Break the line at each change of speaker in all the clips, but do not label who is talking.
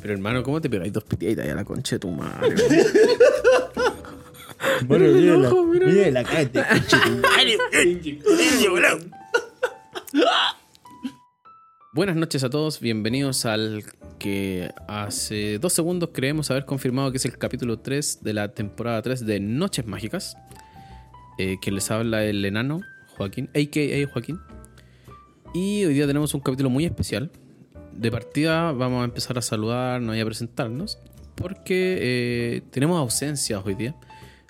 Pero hermano, ¿cómo te pegáis dos pititas ya la concha de tu madre? Mírale
Bueno,
el
mira, la,
ojo, mírale.
mira la cara de este coche, tú.
Buenas noches a todos, bienvenidos al que hace dos segundos creemos haber confirmado que es el capítulo 3 de la temporada 3 de Noches Mágicas, eh, que les habla el enano Joaquín, a.k.a. Joaquín. Y hoy día tenemos un capítulo muy especial. De partida vamos a empezar a saludarnos y a presentarnos, porque eh, tenemos ausencias hoy día.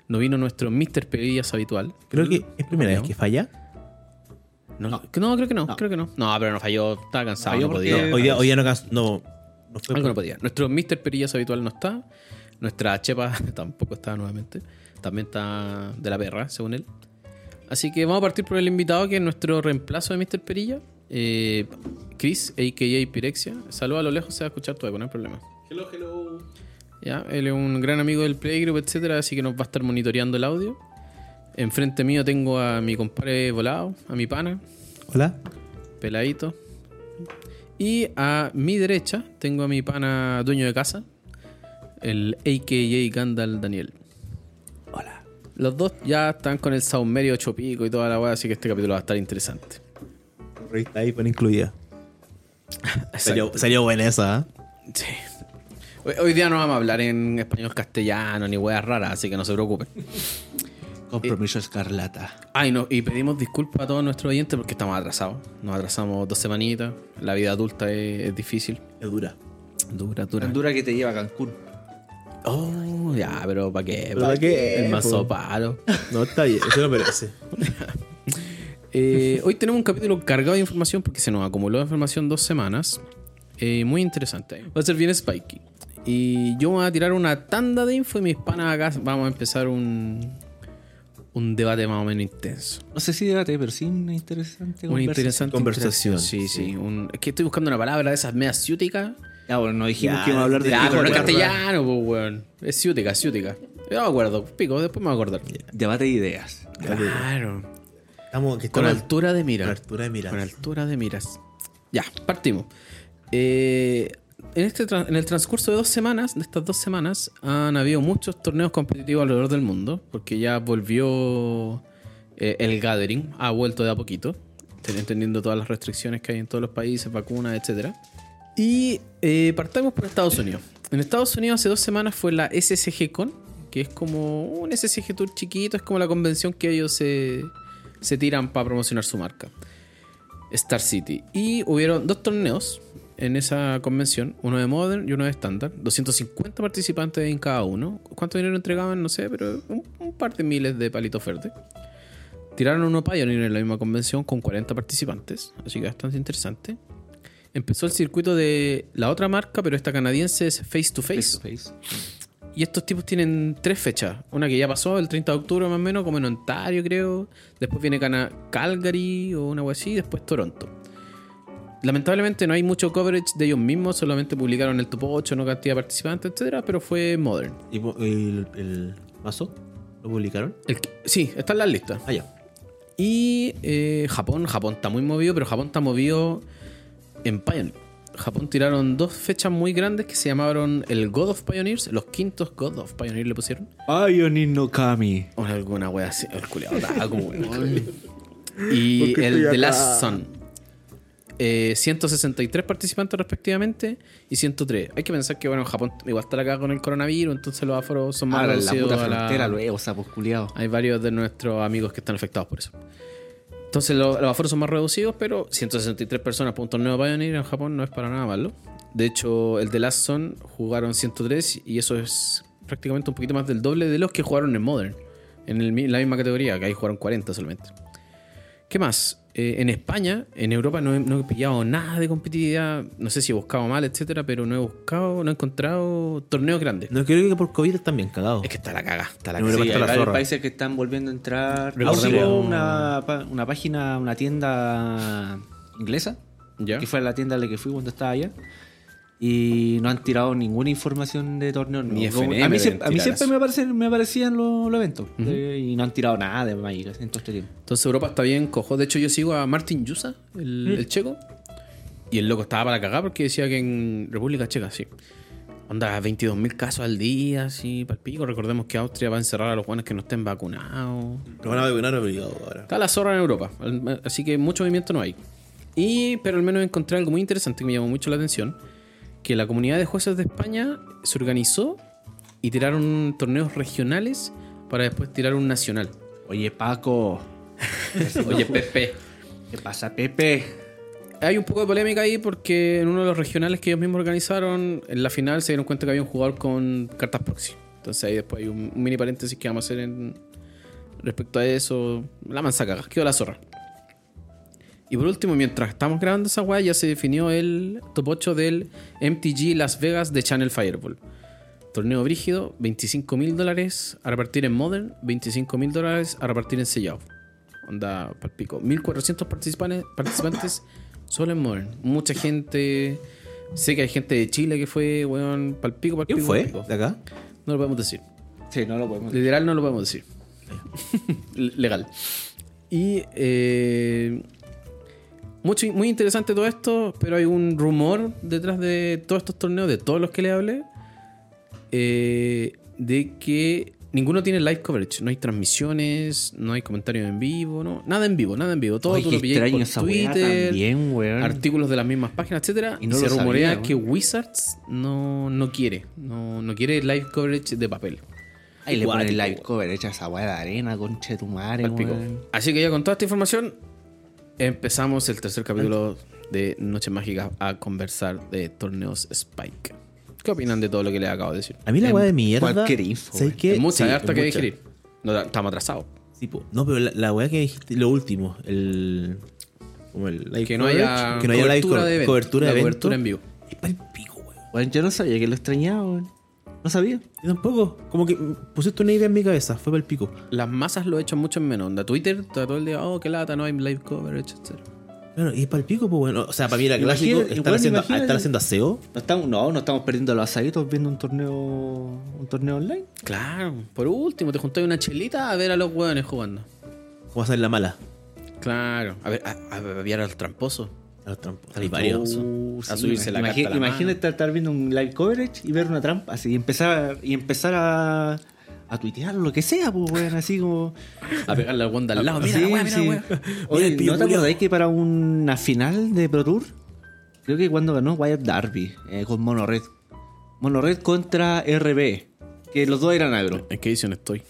No vino nuestro Mr. Perillas habitual.
Creo que es primera vez que falla.
No, que- no, creo que no, creo que no. No, pero no falló, estaba cansado,
Falló
no
porque-
podía.
Eh,
Hoy día, hoy día no, cas- no, no fue
Algo no podía. Nuestro Mr. Perillas habitual no está. Nuestra Chepa tampoco está nuevamente. También está de la perra, según él. Así que vamos a partir por el invitado, que es nuestro reemplazo de Mr. Perilla. Eh, Chris, a.k.a. Pirexia. Saluda a lo lejos, se va a escuchar todo, no hay problema.
Hello, hello.
¿ya? Él es un gran amigo del Playgroup, etcétera, así que nos va a estar monitoreando el audio. Enfrente mío tengo a mi compadre volado, a mi pana,
Hola.
peladito. Y a mi derecha tengo a mi pana dueño de casa, el AKA Gandalf Daniel.
Hola.
Los dos ya están con el saumerio ocho pico y toda la weá, así que este capítulo va a estar interesante.
Revista iPhone incluida. Salió, salió buena esa, ¿eh?
Sí. Hoy, hoy día no vamos a hablar en español castellano ni weas raras, así que no se preocupen.
Compromiso escarlata.
Ay, no, y pedimos disculpas a todos nuestros oyentes porque estamos atrasados. Nos atrasamos dos semanitas. La vida adulta es, es difícil.
Es dura.
Dura, dura.
Tan dura que te lleva a Cancún.
Oh, ya, pero ¿para qué?
¿Pero pa' qué,
El más
po?
soparo.
No, está bien, eso lo merece.
Eh, hoy tenemos un capítulo cargado de información porque se nos acumuló información dos semanas. Eh, muy interesante. Va a ser bien spiky. Y yo voy a tirar una tanda de info y mis panas acá vamos a empezar un, un debate más o menos intenso.
No sé si debate, pero sí una interesante
Una interesante
Conversación,
interacción. Sí, sí. un- es que estoy buscando una palabra de esas medias ciúticas.
Ya, bueno, no dijimos
Ya,
que íbamos a hablar de
Ah, pero no es
debate.
castellano, pues, weón. Es ciútica, ciútica. Yo me acuerdo, pico, después me voy a acordar.
Debate de ideas.
Claro.
Estamos, que
Con
estamos-
altura de mira.
Con altura de miras.
Con altura de miras. Ya, partimos. Eh, en, este tran- en el transcurso de dos semanas, de estas dos semanas, han habido muchos torneos competitivos alrededor del mundo, porque ya volvió eh, el Gathering, ha vuelto de a poquito, ten- entendiendo todas las restricciones que hay en todos los países, vacunas, etcétera. Y eh, partamos por Estados Unidos. En Estados Unidos hace dos semanas fue la SSG Con, que es como un SSG Tour chiquito, es como la convención que ellos se, se tiran para promocionar su marca. Star City. Y hubieron dos torneos en esa convención, uno de Modern y uno de Standard. 250 participantes en cada uno. ¿Cuánto dinero entregaban? No sé, pero un, un par de miles de palitos verdes. Tiraron uno Pioneer en la misma convención con 40 participantes, así que bastante interesante. Empezó el circuito de la otra marca, pero esta canadiense es Face to Face.
face.
Y estos tipos tienen tres fechas. Una que ya pasó, el 30 de octubre más o menos, como en Ontario creo. Después viene Cana- Calgary o una wea así. Y después Toronto. Lamentablemente no hay mucho coverage de ellos mismos. Solamente publicaron el top 8, no cantidad de participantes, etcétera Pero fue Modern.
¿Y po- el, el mazo? ¿Lo publicaron?
El- sí, están las listas.
Ah, ya.
Y eh, Japón, Japón está muy movido, pero Japón está movido en Pioneer. Japón tiraron dos fechas muy grandes que se llamaron el God of Pioneers, los quintos God of Pioneers le pusieron.
Ayoni no Kami.
O alguna wea así, el culiao otaku, weón. Y el The Last Sun. Eh, 163 participantes respectivamente y 103. Hay que pensar que, bueno, Japón igual está acá con el coronavirus, entonces los afros son más
Ahora en Ah, la
reducidos
puta
a la-
frontera luego, sapos culiados.
hay varios de nuestros amigos que están afectados por eso. Entonces lo- los aforos son más reducidos, pero 163 personas para un torneo Pioneer en Japón no es para nada malo. De hecho, el de Last Son jugaron 103 y eso es prácticamente un poquito más del doble de los que jugaron en Modern. En el mi- la misma categoría, que ahí jugaron 40 solamente. ¿Qué más? Eh, en España, en Europa no he, no he pillado nada de competitividad. No sé si he buscado mal, etcétera, pero no he buscado, no he encontrado torneos grandes.
No creo que por COVID están bien cagados.
Es que está la caga, está la
En
caga.
Europa
Sí,
está
hay
la
varios
zorra.
países que están volviendo a entrar.
Recordemos-
Hubo una, pa- una página, una tienda inglesa,
¿Ya?
que fue la tienda a la que fui cuando estaba allá. Y no han tirado ninguna información de torneo.
Ni
no. Como-
FNM
a mí,
deben
siempre, a mí
tirar
siempre
eso.
me, aparecen, me aparecían los, los eventos. eh, y no han tirado nada de Magic en todo este tiempo.
Entonces Europa está bien cojo. De hecho, yo sigo a Martin Yusa, el, el checo. Y el loco estaba para cagar porque decía que en República Checa, sí. Onda, 22.000 casos al día, así, palpico. Recordemos que Austria va a encerrar a los buenos que no estén vacunados.
Lo van a vacunar obligado ahora.
Está la zorra en Europa, al- así que mucho movimiento no hay. Y, pero al menos encontré algo muy interesante que me llamó mucho la atención, que la comunidad de jueces de España se organizó y tiraron torneos regionales para después tirar un nacional.
Oye, Paco.
Oye, Pepe.
¿Qué pasa, Pepe?
Hay un poco de polémica ahí porque en uno de los regionales que ellos mismos organizaron, en la final se dieron cuenta que había un jugador con cartas proxy. Entonces ahí después hay un, un mini paréntesis que vamos a hacer en, respecto a eso. La manzacaga, quedó la zorra. Y por último, mientras estamos grabando esa weá, ya se definió el top 8 del MTG Las Vegas de Channel Fireball. Torneo brígido, 25 mil dólares a repartir en Modern, 25 mil dólares a repartir en sellado. Onda, pal pico. 1400 participantes, participantes solo en Modern. Mucha gente. Sé que hay gente de Chile que fue, weón, pal pico, pal
¿Quién
pico,
fue
pal pico.
de acá?
No lo podemos decir.
Sí, no lo podemos.
Literal no lo podemos decir. Le- Legal. Y eh, mucho, muy interesante todo esto, pero hay un rumor detrás de todos estos torneos, de todos los que le hablé, eh, de que ninguno tiene live coverage. No hay transmisiones, no hay comentarios en vivo, no, nada en vivo, nada en vivo. Todo
Oye,
tú
qué
lo pilláis
extraño
por
esa weá también, weón.
artículos de las mismas páginas, etcétera.
Y
Y
no
se
lo sabía,
rumorea
weón.
que Wizards no, no quiere, no, no quiere live coverage de papel.
Ahí le
Cuático,
ponen live
weón.
cover, echa esa weá de arena, conche tu madre,
Al pico.
weón.
Así que ya con toda esta información empezamos el tercer capítulo de Noche Mágica a conversar de torneos Spike. ¿Qué opinan de todo lo que les acabo de decir?
A mí la
En
weá de mierda.
cualquier info,
¿sabes
weón.
qué?
Es mucha,
Sí,
hay harta
es
que
mucha.
digerir. No, estamos atrasados.
Sí, po. No, pero la, la weá que dijiste, lo último, el. Como el live
Que no
coverage,
haya
que no haya live
cobertura
co-
de evento.
cobertura de
La
evento.
cobertura en vivo.
Es pa'l pico, weón.
Weón, yo no sabía que lo extrañaba, weón. No sabía.
Yo tampoco. Como que mm, pusiste una idea en mi cabeza, fue pa'l pico.
Las masas lo echan mucho en menos. Onda Twitter está todo el día, oh, qué lata, no hay live coverage, etc.
Bueno, y es pa'l pico, pues bueno. O sea, para mí era
Imagina-
clásico estar,
igual
haciendo,
imagina-
estar haciendo aseo.
No estamos, no, no estamos perdiendo los asaditos viendo un torneo un torneo online.
Claro, por último, te juntáis una chelita a ver a los hueones jugando.
Vamos a hacer la mala.
Claro, a ver, a, a, ver al tramposo.
A los trampos.
Hay varios.
Uh, sí,
a subirse la
imagi-
carta a la
Imagínate estar, estar viendo un live coverage y ver una trampa así, y empezar, y empezar a, a tuitear lo que sea, pues, weón, así como.
A pegarle al guanda al lado. Mira,
Sí,
la wea, mira, la
sí.
wea.
Oye,
el pillo
¿no te
culiao.
acordáis que para una final de Pro Tour? Creo que cuando ganó Wyatt Darby eh, con Mono Red. Mono Red contra RB, que los dos eran agro.
¿En qué edición estoy?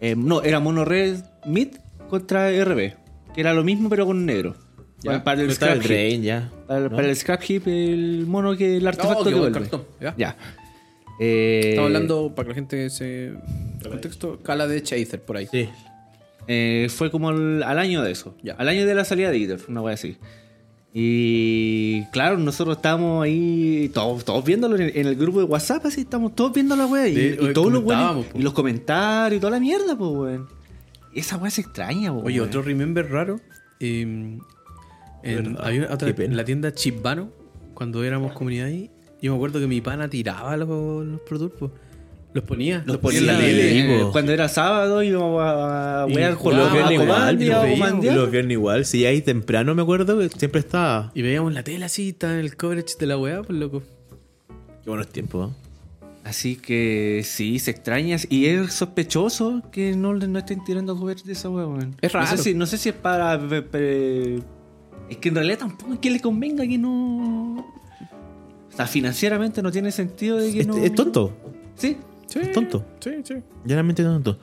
Eh, no, era Mono Red Mid contra RB, que era lo mismo pero con negro.
Ya,
Para- para
Pero
el
estaba
scrap
el
heap.
tren ya.
Para,
¿no?
para el scrap heap, el mono que el artefacto
qué
que
buen
vuelve.
cartón, ya.
Ya. Eh,
Estamos hablando, para que la gente se... Contexto, cala de Chaser por ahí.
Sí.
eh, fue como al, al año de eso.
Ya.
Al año de la salida de Eater, una wea así. Y claro, nosotros estábamos ahí, todos, todos viéndolo en, en el grupo de WhatsApp, así, estamos todos viendo la wea. Y,
Sí,
y
oye,
todos los
comentábamos,
weones-
po.
y los comentarios y toda la mierda, pues, weón. Esa wea se extraña, po,
Oye,
weón.
otro remember raro. em, en,
Verdad,
había otra-
qué pena.
en la tienda Chipbano, cuando éramos comunidad ahí, yo me acuerdo que mi pana tiraba los, los productos. Los ponía. Los,
ponía
en la
tele,
tele.
po.
Cuando era sábado íbamos a a
Y
wear con
Ah,
los
los
viernes
ah,
igual.
Comandi,
pues,
ah,
los
Comandi.
veíamos. Los viernes igual. Sí, ahí temprano me acuerdo que siempre estaba.
Y veíamos la tele así, está el coverage de la weá, pues loco.
Qué buenos tiempos, ¿eh?
Así que sí, se extraña. Y es sospechoso que no, le- no estén tirando cover de esa wea, weón.
Es
No
raro.
sé si, no sé si es para. pe- pe- Es que en realidad tampoco es que le convenga que no. O sea, financieramente no tiene sentido de que
Es,
no.
es tonto.
Sí.
Sí,
Es tonto.
Sí, sí.
Llanamente tonto.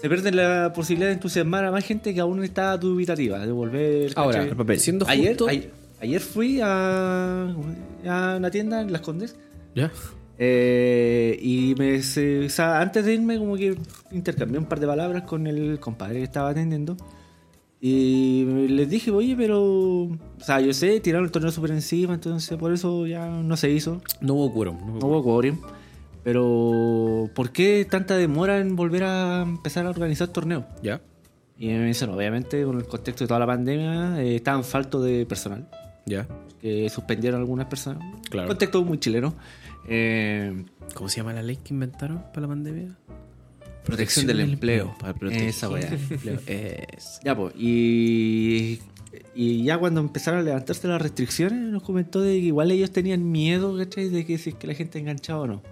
Se pierde la posibilidad de entusiasmar a más gente que aún está dubitativa de volver.
Ahora,
¿cachai?
papel.
siendo
ayer,
justo...
ayer, ayer fui a, a una tienda en Las Condes
Ya.
Eh, y me, se- o sea, antes de irme, como que intercambié un par de palabras con el compadre que estaba atendiendo. Y les dije, oye, pero. O sea, yo sé, tiraron el torneo super encima, entonces por eso ya no se hizo.
No hubo quórum. No hubo
No hubo quórum. Pero, ¿por qué tanta demora en volver a empezar a organizar torneos?
quórum. Ya,
Y me dicen, obviamente, con el contexto de toda la pandemia, eh, estaban faltos de personal
ya.
que suspendieron algunas personas.
Claro.
Contexto muy chileno. Eh,
¿Cómo se llama la ley que inventaron para la pandemia?
protección del empleo.
Para proteger
Esa weá.
el empleo. Es.
Ya, pues. Y Y ya cuando empezaron a levantarse las restricciones, nos comentó de que igual ellos tenían miedo, ¿cachai? De que si es que la gente enganchaba o no.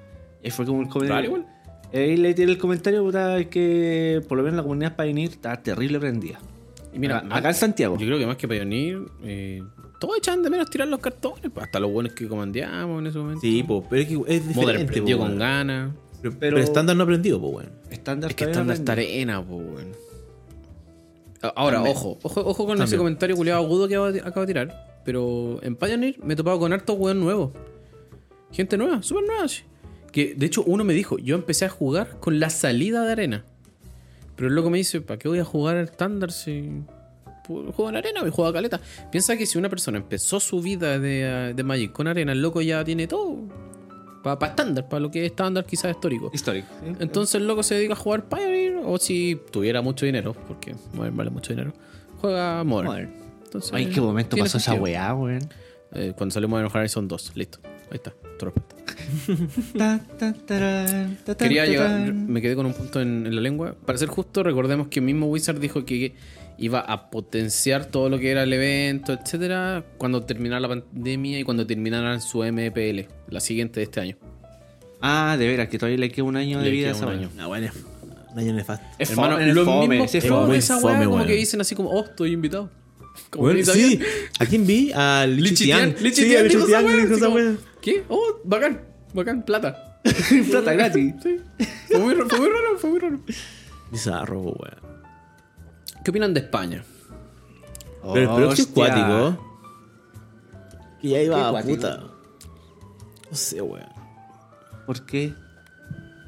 Y fue como el
Claro,
comentario.
igual.
Ahí le tiene el comentario puta, que por lo menos la comunidad para venir está terrible prendida.
Y mira,
acá, acá en Santiago.
Yo creo que más que Pioneer, eh, todos echaban de menos tirar los cartones, pues, hasta los buenos que comandeamos en ese momento.
Sí, po, pero es que es diferente.
Modern
po,
prendió
weón.
con ganas.
Pero,
Pero-
pero estándar no aprendido, pues, weón.
Estándar
Es que
todavía
están
no
hasta
prende.
arena, pues, weón. A- Ahora,
También.
ojo, ojo, ojo con ese
También.
comentario culiado agudo que acabo de- acabo de tirar. Pero en Pioneer me he topado con hartos weón nuevos. Gente nueva, súper nueva. así. Que de hecho uno me dijo, yo empecé a jugar con la salida de arena. Pero el loco me dice, ¿para qué voy a jugar al estándar si puedo jugar en arena y juego a caleta? Piensa que si una persona empezó su vida de, eh, de Magic con arena, el loco ya tiene todo. Para estándar, para lo que es estándar quizás histórico.
Histórico. ¿sí?
Entonces el loco se dedica a jugar Pioneer o si tuviera mucho dinero, porque Modern vale mucho dinero, juega Modern.
Modern.
Entonces,
Ay, qué momento
tiene
pasó esa
sentido.
weá, weón.
Eh, cuando salió Modern Horizon 2, listo. Ahí está, tu respuesta.
Ta, ta, tarán, ta, ta,
Quería llegar,
tarán.
me quedé con un punto en, en la lengua. Para ser justo, recordemos que mismo Wizard dijo que iba a potenciar todo lo que era el evento, etcétera, cuando terminara la pandemia y cuando terminaran su MPL, la siguiente de este año.
Ah, de veras, que todavía le queda un año de
Le
vida a
queda
esa
un
weá.
año.
Ah, bueno, es un año nefasto.
Es
Hermano,
fome, es
lo
fome,
mismo
sí, es
que fome
fome.
esa
Fome,
weá, como
weón.
que dicen así como, oh, estoy invitado. Como
Weón,
ni sabían.
sí. ¿A quién vi? A Lichitian.
Lichitian, Lichitian
sí,
dijo esa weá,
dijo
así
esa
como,
weá.
¿Qué? Oh, bacán, bacán, plata.
Plata gratis.
Sí. Fue muy raro, fue muy raro, fue muy raro.
Bizarro, po, weón.
¿Qué opinan de España?
Pero, pero es que es
Hostia.
cuático. Que ya
Qué
iba a
cuático.
puta. No sé, weón.
¿Por qué?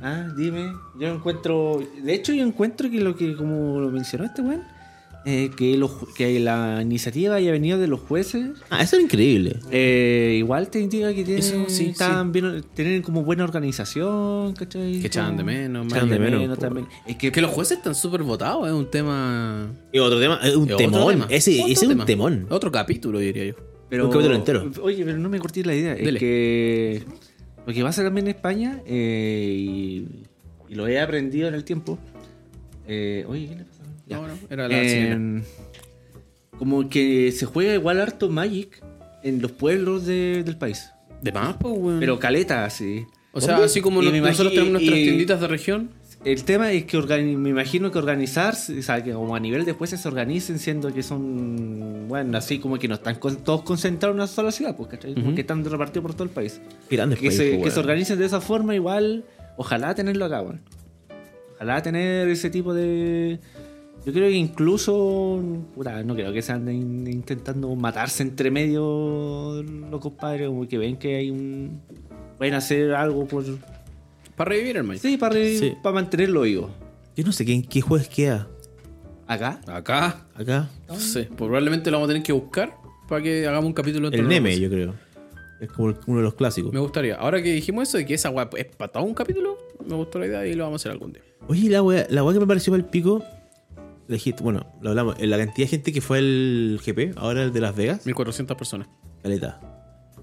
Ah, dime. Yo encuentro. De hecho, yo encuentro que lo que, como lo mencionó este weón, eh, que, los ju- que la iniciativa haya venido de los jueces,
Ah, eso era increíble.
eh, igual te indica que tienen,
Eso sí,
están bien- tienen como buena organización, ¿cachai?
Que echaban de
Como-
menos,
Echaban de
Mario.
menos, po.
también. Es que,
Que los jueces están súper votados, es un tema...
Y otro tema, es un
es otro
temón.
tema.
Ese,
Otro
ese es
tema.
un temón.
Otro capítulo, diría yo.
pero,
un capítulo entero.
Oye, pero no me corté la idea.
Dele.
Es que lo que pasa también en España, eh, y, y lo he aprendido en el tiempo. eh, oye, ¿qué le pasa? Ya.
No, no, era Ah, la señora.
Eh, como que se juega igual harto Magic en los pueblos de- del país.
De más, pues, weón.
Pero caleta, así.
o sea,
Hombre,
así como
y
nos-
me
nosotros
imagi-
tenemos nuestras
y
tienditas de región,
El tema es que organi- me imagino que organizar, o sea, que como a nivel de jueces se organicen, siendo que son, bueno, así como que no están con- todos concentrados en una sola ciudad, pues, ¿cachai? Como
Ujú.
que están repartidos por todo el país.
Grande
Que, se,
pues,
que se organicen de esa forma, igual, ojalá tenerlo acá, weón. Ojalá tener ese tipo de. Yo creo que incluso. puta, no creo que se anden intentando matarse entre medio los compadres, como que ven que hay un. Pueden hacer algo por.
para revivir el maíz.
Sí, para,
Sí.
para mantenerlo vivo.
Yo no sé quién, qué juez queda
Acá.
Acá,
acá.
no sé, probablemente lo vamos a tener que buscar para que hagamos un capítulo entre
El Neme,
nosotros.
yo creo. Es como el- uno de los clásicos.
Me gustaría. Ahora que dijimos eso de que esa weá es para todo un capítulo, me gustó la idea y lo vamos a hacer algún día.
Oye, la weá la weá que me pareció el pico. le dijiste- Bueno, lo hablamos. eh, La cantidad de gente que fue el GP, ahora el de Las Vegas.
1400 personas.
Caleta.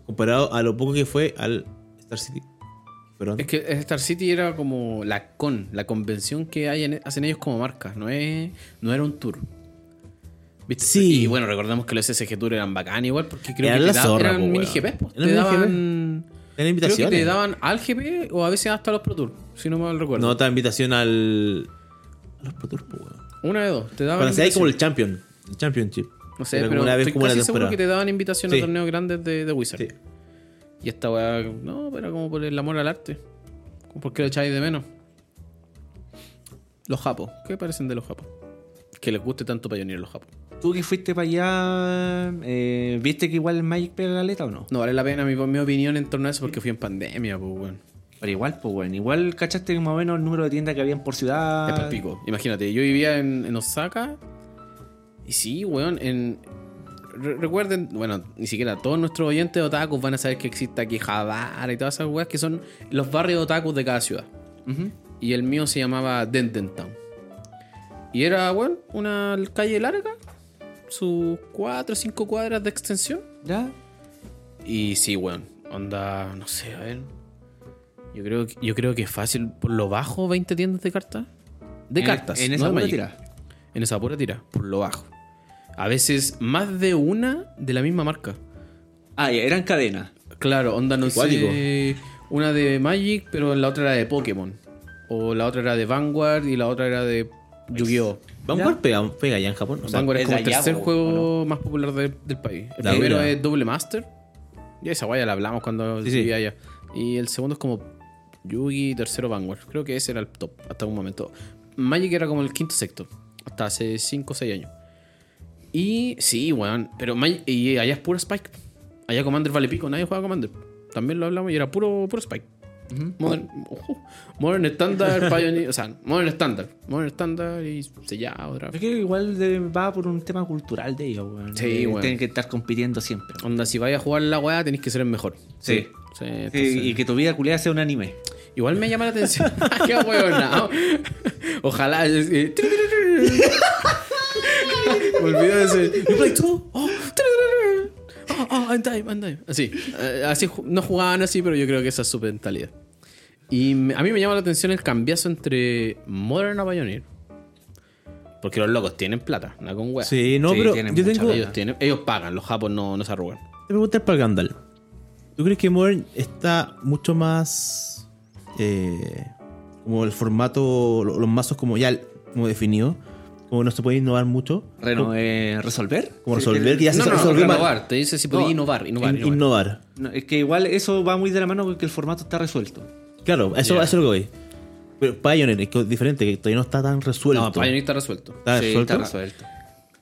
Comparado a lo poco que fue al Star City. Perdón.
Es que Star City era como la con, la convención que hay en- hacen ellos como marca, no es no era un tour. ¿Viste?
Sí.
Y bueno, recordemos que los SSG Tour eran bacán igual porque creo
Eran
que te
la
daban-
zorra,
eran
po,
mini
weón.
GP, pues.
Eran
te
mini GP.
daban
Tenían
creo que
invitaciones.
te daban al GP o a veces hasta los Pro Tour, si no mal recuerdo.
No, te daban invitación al. A los Pro Tour, po, weón.
Una de dos, te daban
Para ser ahí como el
invitación.
Champion. El Championship.
no sé,
Era
pero
como una vez
estoy
como la
casi seguro
temporada.
que te daban invitaciones a
Sí.
torneos grandes de, de Wizard.
Sí.
Y esta weá, no, pero como por el amor al arte. ¿Por qué lo echáis de menos? Los japos. ¿Qué parecen de los japos? Que les guste tanto Pioneer los japos.
Tú que fuiste para allá, eh, ¿viste que igual el Magic pega galeta o no?
No vale la pena mi, mi opinión en torno a eso porque fui en pandemia, pues, weón.
Pero igual, pues bueno, igual cachaste más o menos el número de tiendas que habían por ciudad.
Es pa'l pico. Imagínate, yo vivía en, en Osaka. Y sí, weón, en. re- Recuerden, bueno, ni siquiera todos nuestros oyentes otakus van a saber que existe aquí Hadara y todas esas weas que son los barrios otakus de cada ciudad.
Ujú.
y el mío se llamaba Dendentown. Y era, bueno, una calle larga, sus 4 o 5 cuadras de extensión.
¿Ya?
Y sí, weón, onda, no sé, a ver. Yo creo, que- yo creo que es fácil, por lo bajo, 20 tiendas de cartas. De
En-
cartas.
En,
no
esa
de
pura
Magic.
tira.
En esa pura tira, por lo bajo. A veces más de una de la misma marca.
Ah, ya, eran cadenas.
Claro, onda no
Cuático.
sé. Una de Magic, pero la otra era de Pokémon. O la otra era de Vanguard y la otra era de Yu-Gi-Oh!
Vanguard pega, pega ya en Japón. O sea,
Vanguard es
es
como
de
el
allá,
tercer
po,
juego más popular de- del país. El
De
primero
alguna.
es Double Master. Y esa guaya la hablamos cuando
Sí, sí.
vivía allá. Y el segundo es como Yugi, tercero Vanguard. Creo que ese era el top hasta un momento. Magic era como el quinto sexto. Hasta hace 5 o 6 años. Y sí, weón. Pero Magic- y allá es puro Spike. Allá Commander vale pico. Nadie juega Commander. También lo hablamos y era puro, puro Spike. Modern, ojo. Modern Standard, Pioneer, o sea, Modern Standard, Modern Standard y sellado, otra.
Es que igual de- va por un tema cultural de ellos, weón.
Sí,
De-
weón.
Tienen que estar compitiendo siempre. weón.
Onda, si vais a jugar la weá, tenéis que ser el mejor.
Sí.
Sí,
Sí,
entonces-
y que tu vida culiada sea un anime.
Igual me llama la atención. ¡Qué huevonao! Ojalá. eh, me olvidé de ese. You play two? Oh, oh, oh, I'm time, I'm time. Así. eh, así ju- no jugaban así, pero yo creo que esa es su mentalidad. Y me- a mí me llama la atención el cambiazo entre Modern a Pioneer. Porque los locos tienen plata, no con hueá.
Sí, no,
Sí,
pero
tienen
yo
mucha
tengo.
Ellos, tienen, ellos pagan, los japos no, no se arrugan.
Te voy a preguntar para Gandalf. ¿Tú crees que Modern está mucho más. eh, como el formato, lo- los mazos como ya como definido? Como no se puede innovar mucho.
Reno- eh, ¿Resolver?
Como resolver, que ya se
no, no,
resolvió mal.
innovar. Te dice si podía
No,
innovar, innovar,
In-
innovar.
innovar.
No, es que igual eso va muy de la mano con que el formato está resuelto.
Claro, eso,
Ya.
eso es lo que voy. Pero Pioneer es que es diferente, que todavía no está tan resuelto.
No, Pioneer está resuelto.
¿Está
Sí,
resuelto?
está resuelto.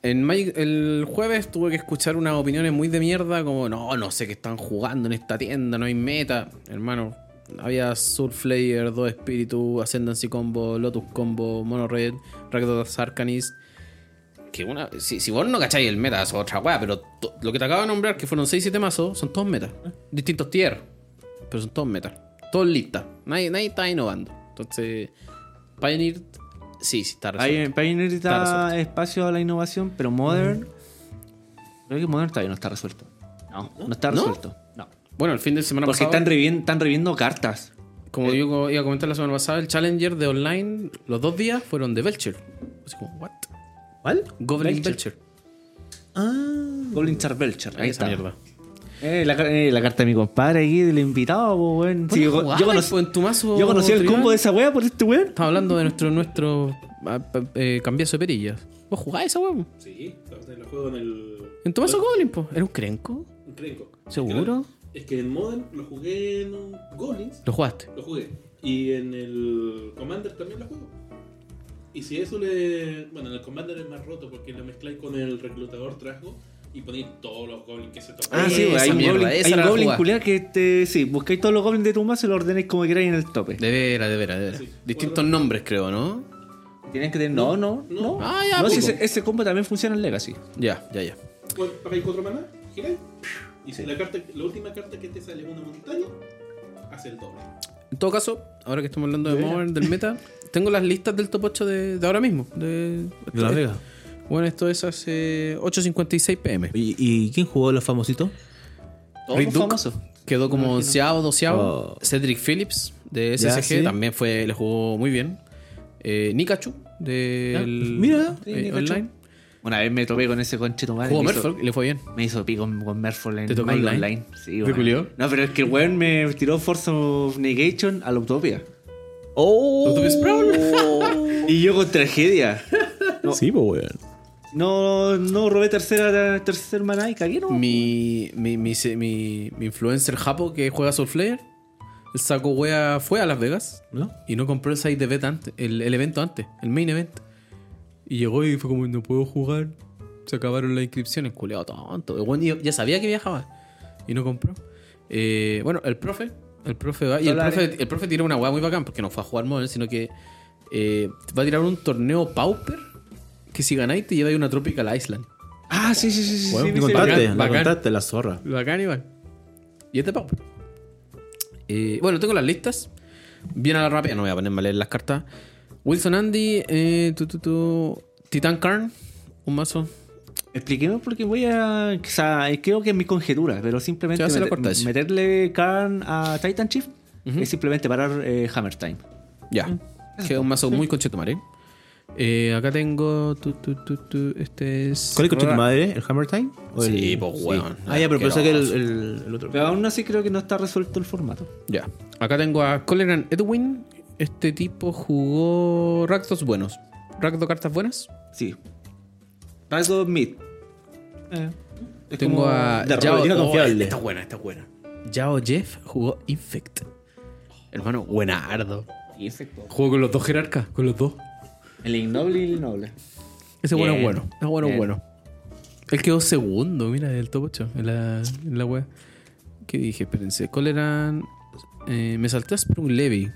En Magic- el jueves tuve que escuchar unas opiniones muy de mierda, como no, no sé qué están jugando en esta tienda, no hay meta. Hermano, había Surflayer, Dos Espíritus, Ascendancy Combo, Lotus Combo, Mono Red, Rakdos Arcanis. Que una, si, si vos no cacháis el meta, eso es otra weá, pero to- lo que te acabo de nombrar, que fueron 6-7 mazos, son todos metas. Distintos tier, pero son todos metas. Todos listas. Nadie, nadie está innovando. Entonces, Pioneer, sí, sí está resuelto.
Pioneer Pioneer
Está resuelto.
da espacio a la innovación, pero Modern. Creo que Modern todavía no está resuelto. Mm. No, no está
¿No?
resuelto. No.
Bueno, el fin de semana
Porque
pasado-
están reviviendo, están reviviendo cartas.
Como yo co- iba a comentar la semana pasada, el Challenger de online, los dos días fueron de Belcher. Así como, ¿what?
¿Cuál?
Goblin
Belcher.
Belcher.
Ah.
Goblin Star Belcher. Ahí
Esa
está.
mierda.
Eh, la, car- eh, la carta de mi compadre aquí, del invitado, po, weón. Sí,
Bueno,
yo,
jugaba,
yo conocí,
pues, en tu mazo
yo conocí el
tribal.
combo de esa wea por este weón.
Estaba hablando de nuestro, nuestro ah, pa- eh, cambiazo de perillas. ¿Vos jugabais esa weón?
Sí, lo juego en el.
En tu mazo Goblin, po. ¿Era un crenco?
en Crenco.
¿Seguro?
Es que en Modern lo jugué en un Goblins,
Lo jugaste.
lo jugué. Y en el Commander también lo juego. Y si eso le. Bueno, en el Commander es más roto porque lo mezcláis con el reclutador trasgo y ponéis todos los goblins que se tocan.
Ah, sí,
Eh,
esa
hay un
mierda,
goblin,
esa
hay
era
un
la
goblin
jugada.
culiao que te, sí, buscáis todos los goblins de tu mazo y los ordenéis como queráis en el tope.
De veras, de veras, de veras.
Sí.
Distintos nombres, creo, ¿no?
Tienen que tener. No, no, no.
no.
Ah, ya,
No, si
poco.
ese, ese combo también funciona en Legacy.
Ya, ya, ya.
Cu- Pagáis cuatro maná, giráis. Y si la, carta, la última carta que te sale en una montaña, hace el doble.
En todo caso, ahora que estamos hablando de Modern, del meta, tengo las listas del top 8 de, de ahora mismo. De, este
De Las Vegas.
Bueno, esto es hace 8.56 pm.
¿Y, y quién jugó los famositos?
Todos
Reed
los
Duke
famosos.
Quedó como onceavo, doceavo.
Oh.
Cedric Phillips de SSG
Ya, sí.
también fue, le jugó muy bien. Eh, Nikachu de
mira,
sí, Nikachu. Ah,
online.
Una vez me topé con ese conche tomar.
Jugó Merfolk y le fue bien.
Me hizo pico con Merfolk en
¿Te tocó
Magic
online?
Sí,
¿Te
weón.
culió?
No, pero es que el weón me tiró Force of Negation a la Utopia.
¡Oh!
Utopia Sprawl.
Y yo con tragedia.
Sí, pues, weón.
No, no robé tercera, tercer maná y cagué, ¿no?
Mi, mi, mi, se- mi- mi influencer japo que juega Soul Flare, el saco wea fue a Las Vegas
¿No?
y no compró el side event antes, el, el evento antes, el main event. Y llegó y fue como, no puedo jugar. Se acabaron las inscripciones, culeado tonto. El weón ya- ya sabía que viajaba y no compró. Eh, bueno, el profe, el profe va- y el
Dólares.
profe, el profe tiene una weá muy bacán porque no fue a jugar Modern, sino que eh, va a tirar un torneo Pauper que si ganáis te lleváis una Tropical Island.
Ah, sí, sí, sí. sí,
Bueno,
sí,
me
sí,
contaste,
bacán,
me
bacán.
contaste la zorra.
Bacán igual. Y este pop. Eh, bueno, tengo las listas. Bien a la rápida, no voy a ponerme a leer las cartas. Wilson Andy, eh, tu, tu, tu, Titan Karn, un mazo.
Expliquemos porque voy a. O sea, creo que es mi conjetura, pero simplemente
Ya se lo
meter-
cortáis.
meterle Karn a Titan Chief es simplemente parar eh, Hammer Time.
Ya. Que es un mazo muy conchetumare. Eh, acá tengo. tu, tu, tu, tu, este es.
¿Cuál es tu madre? ¿El Hammer Time? ¿O el-
Sí, pues, weón.
Ah, ya, pero pensé que el,
Asqueroso.
el- el otro.
Pero aún así creo que no está resuelto el formato.
Ya. Acá tengo a Coleran Edwin. Este tipo jugó Ractos buenos. Racto cartas buenas.
Sí. Rasgo Mid. Eh, es
Tengo
como
a
de Rodrigo
oh,
Confiable.
Está buena, está buena. Yao Jeff jugó Infect. Hermano, buenardo. Jugó con los dos jerarcas, con los dos.
El ignoble y el noble.
Ese bueno es
Bien.
bueno. Es bueno, es
Bien.
bueno. Él quedó segundo, mira, del top 8 en la, en la web. ¿Qué dije? Espérense. ¿Cuál eran? Eh, me salté a Sprung Levy.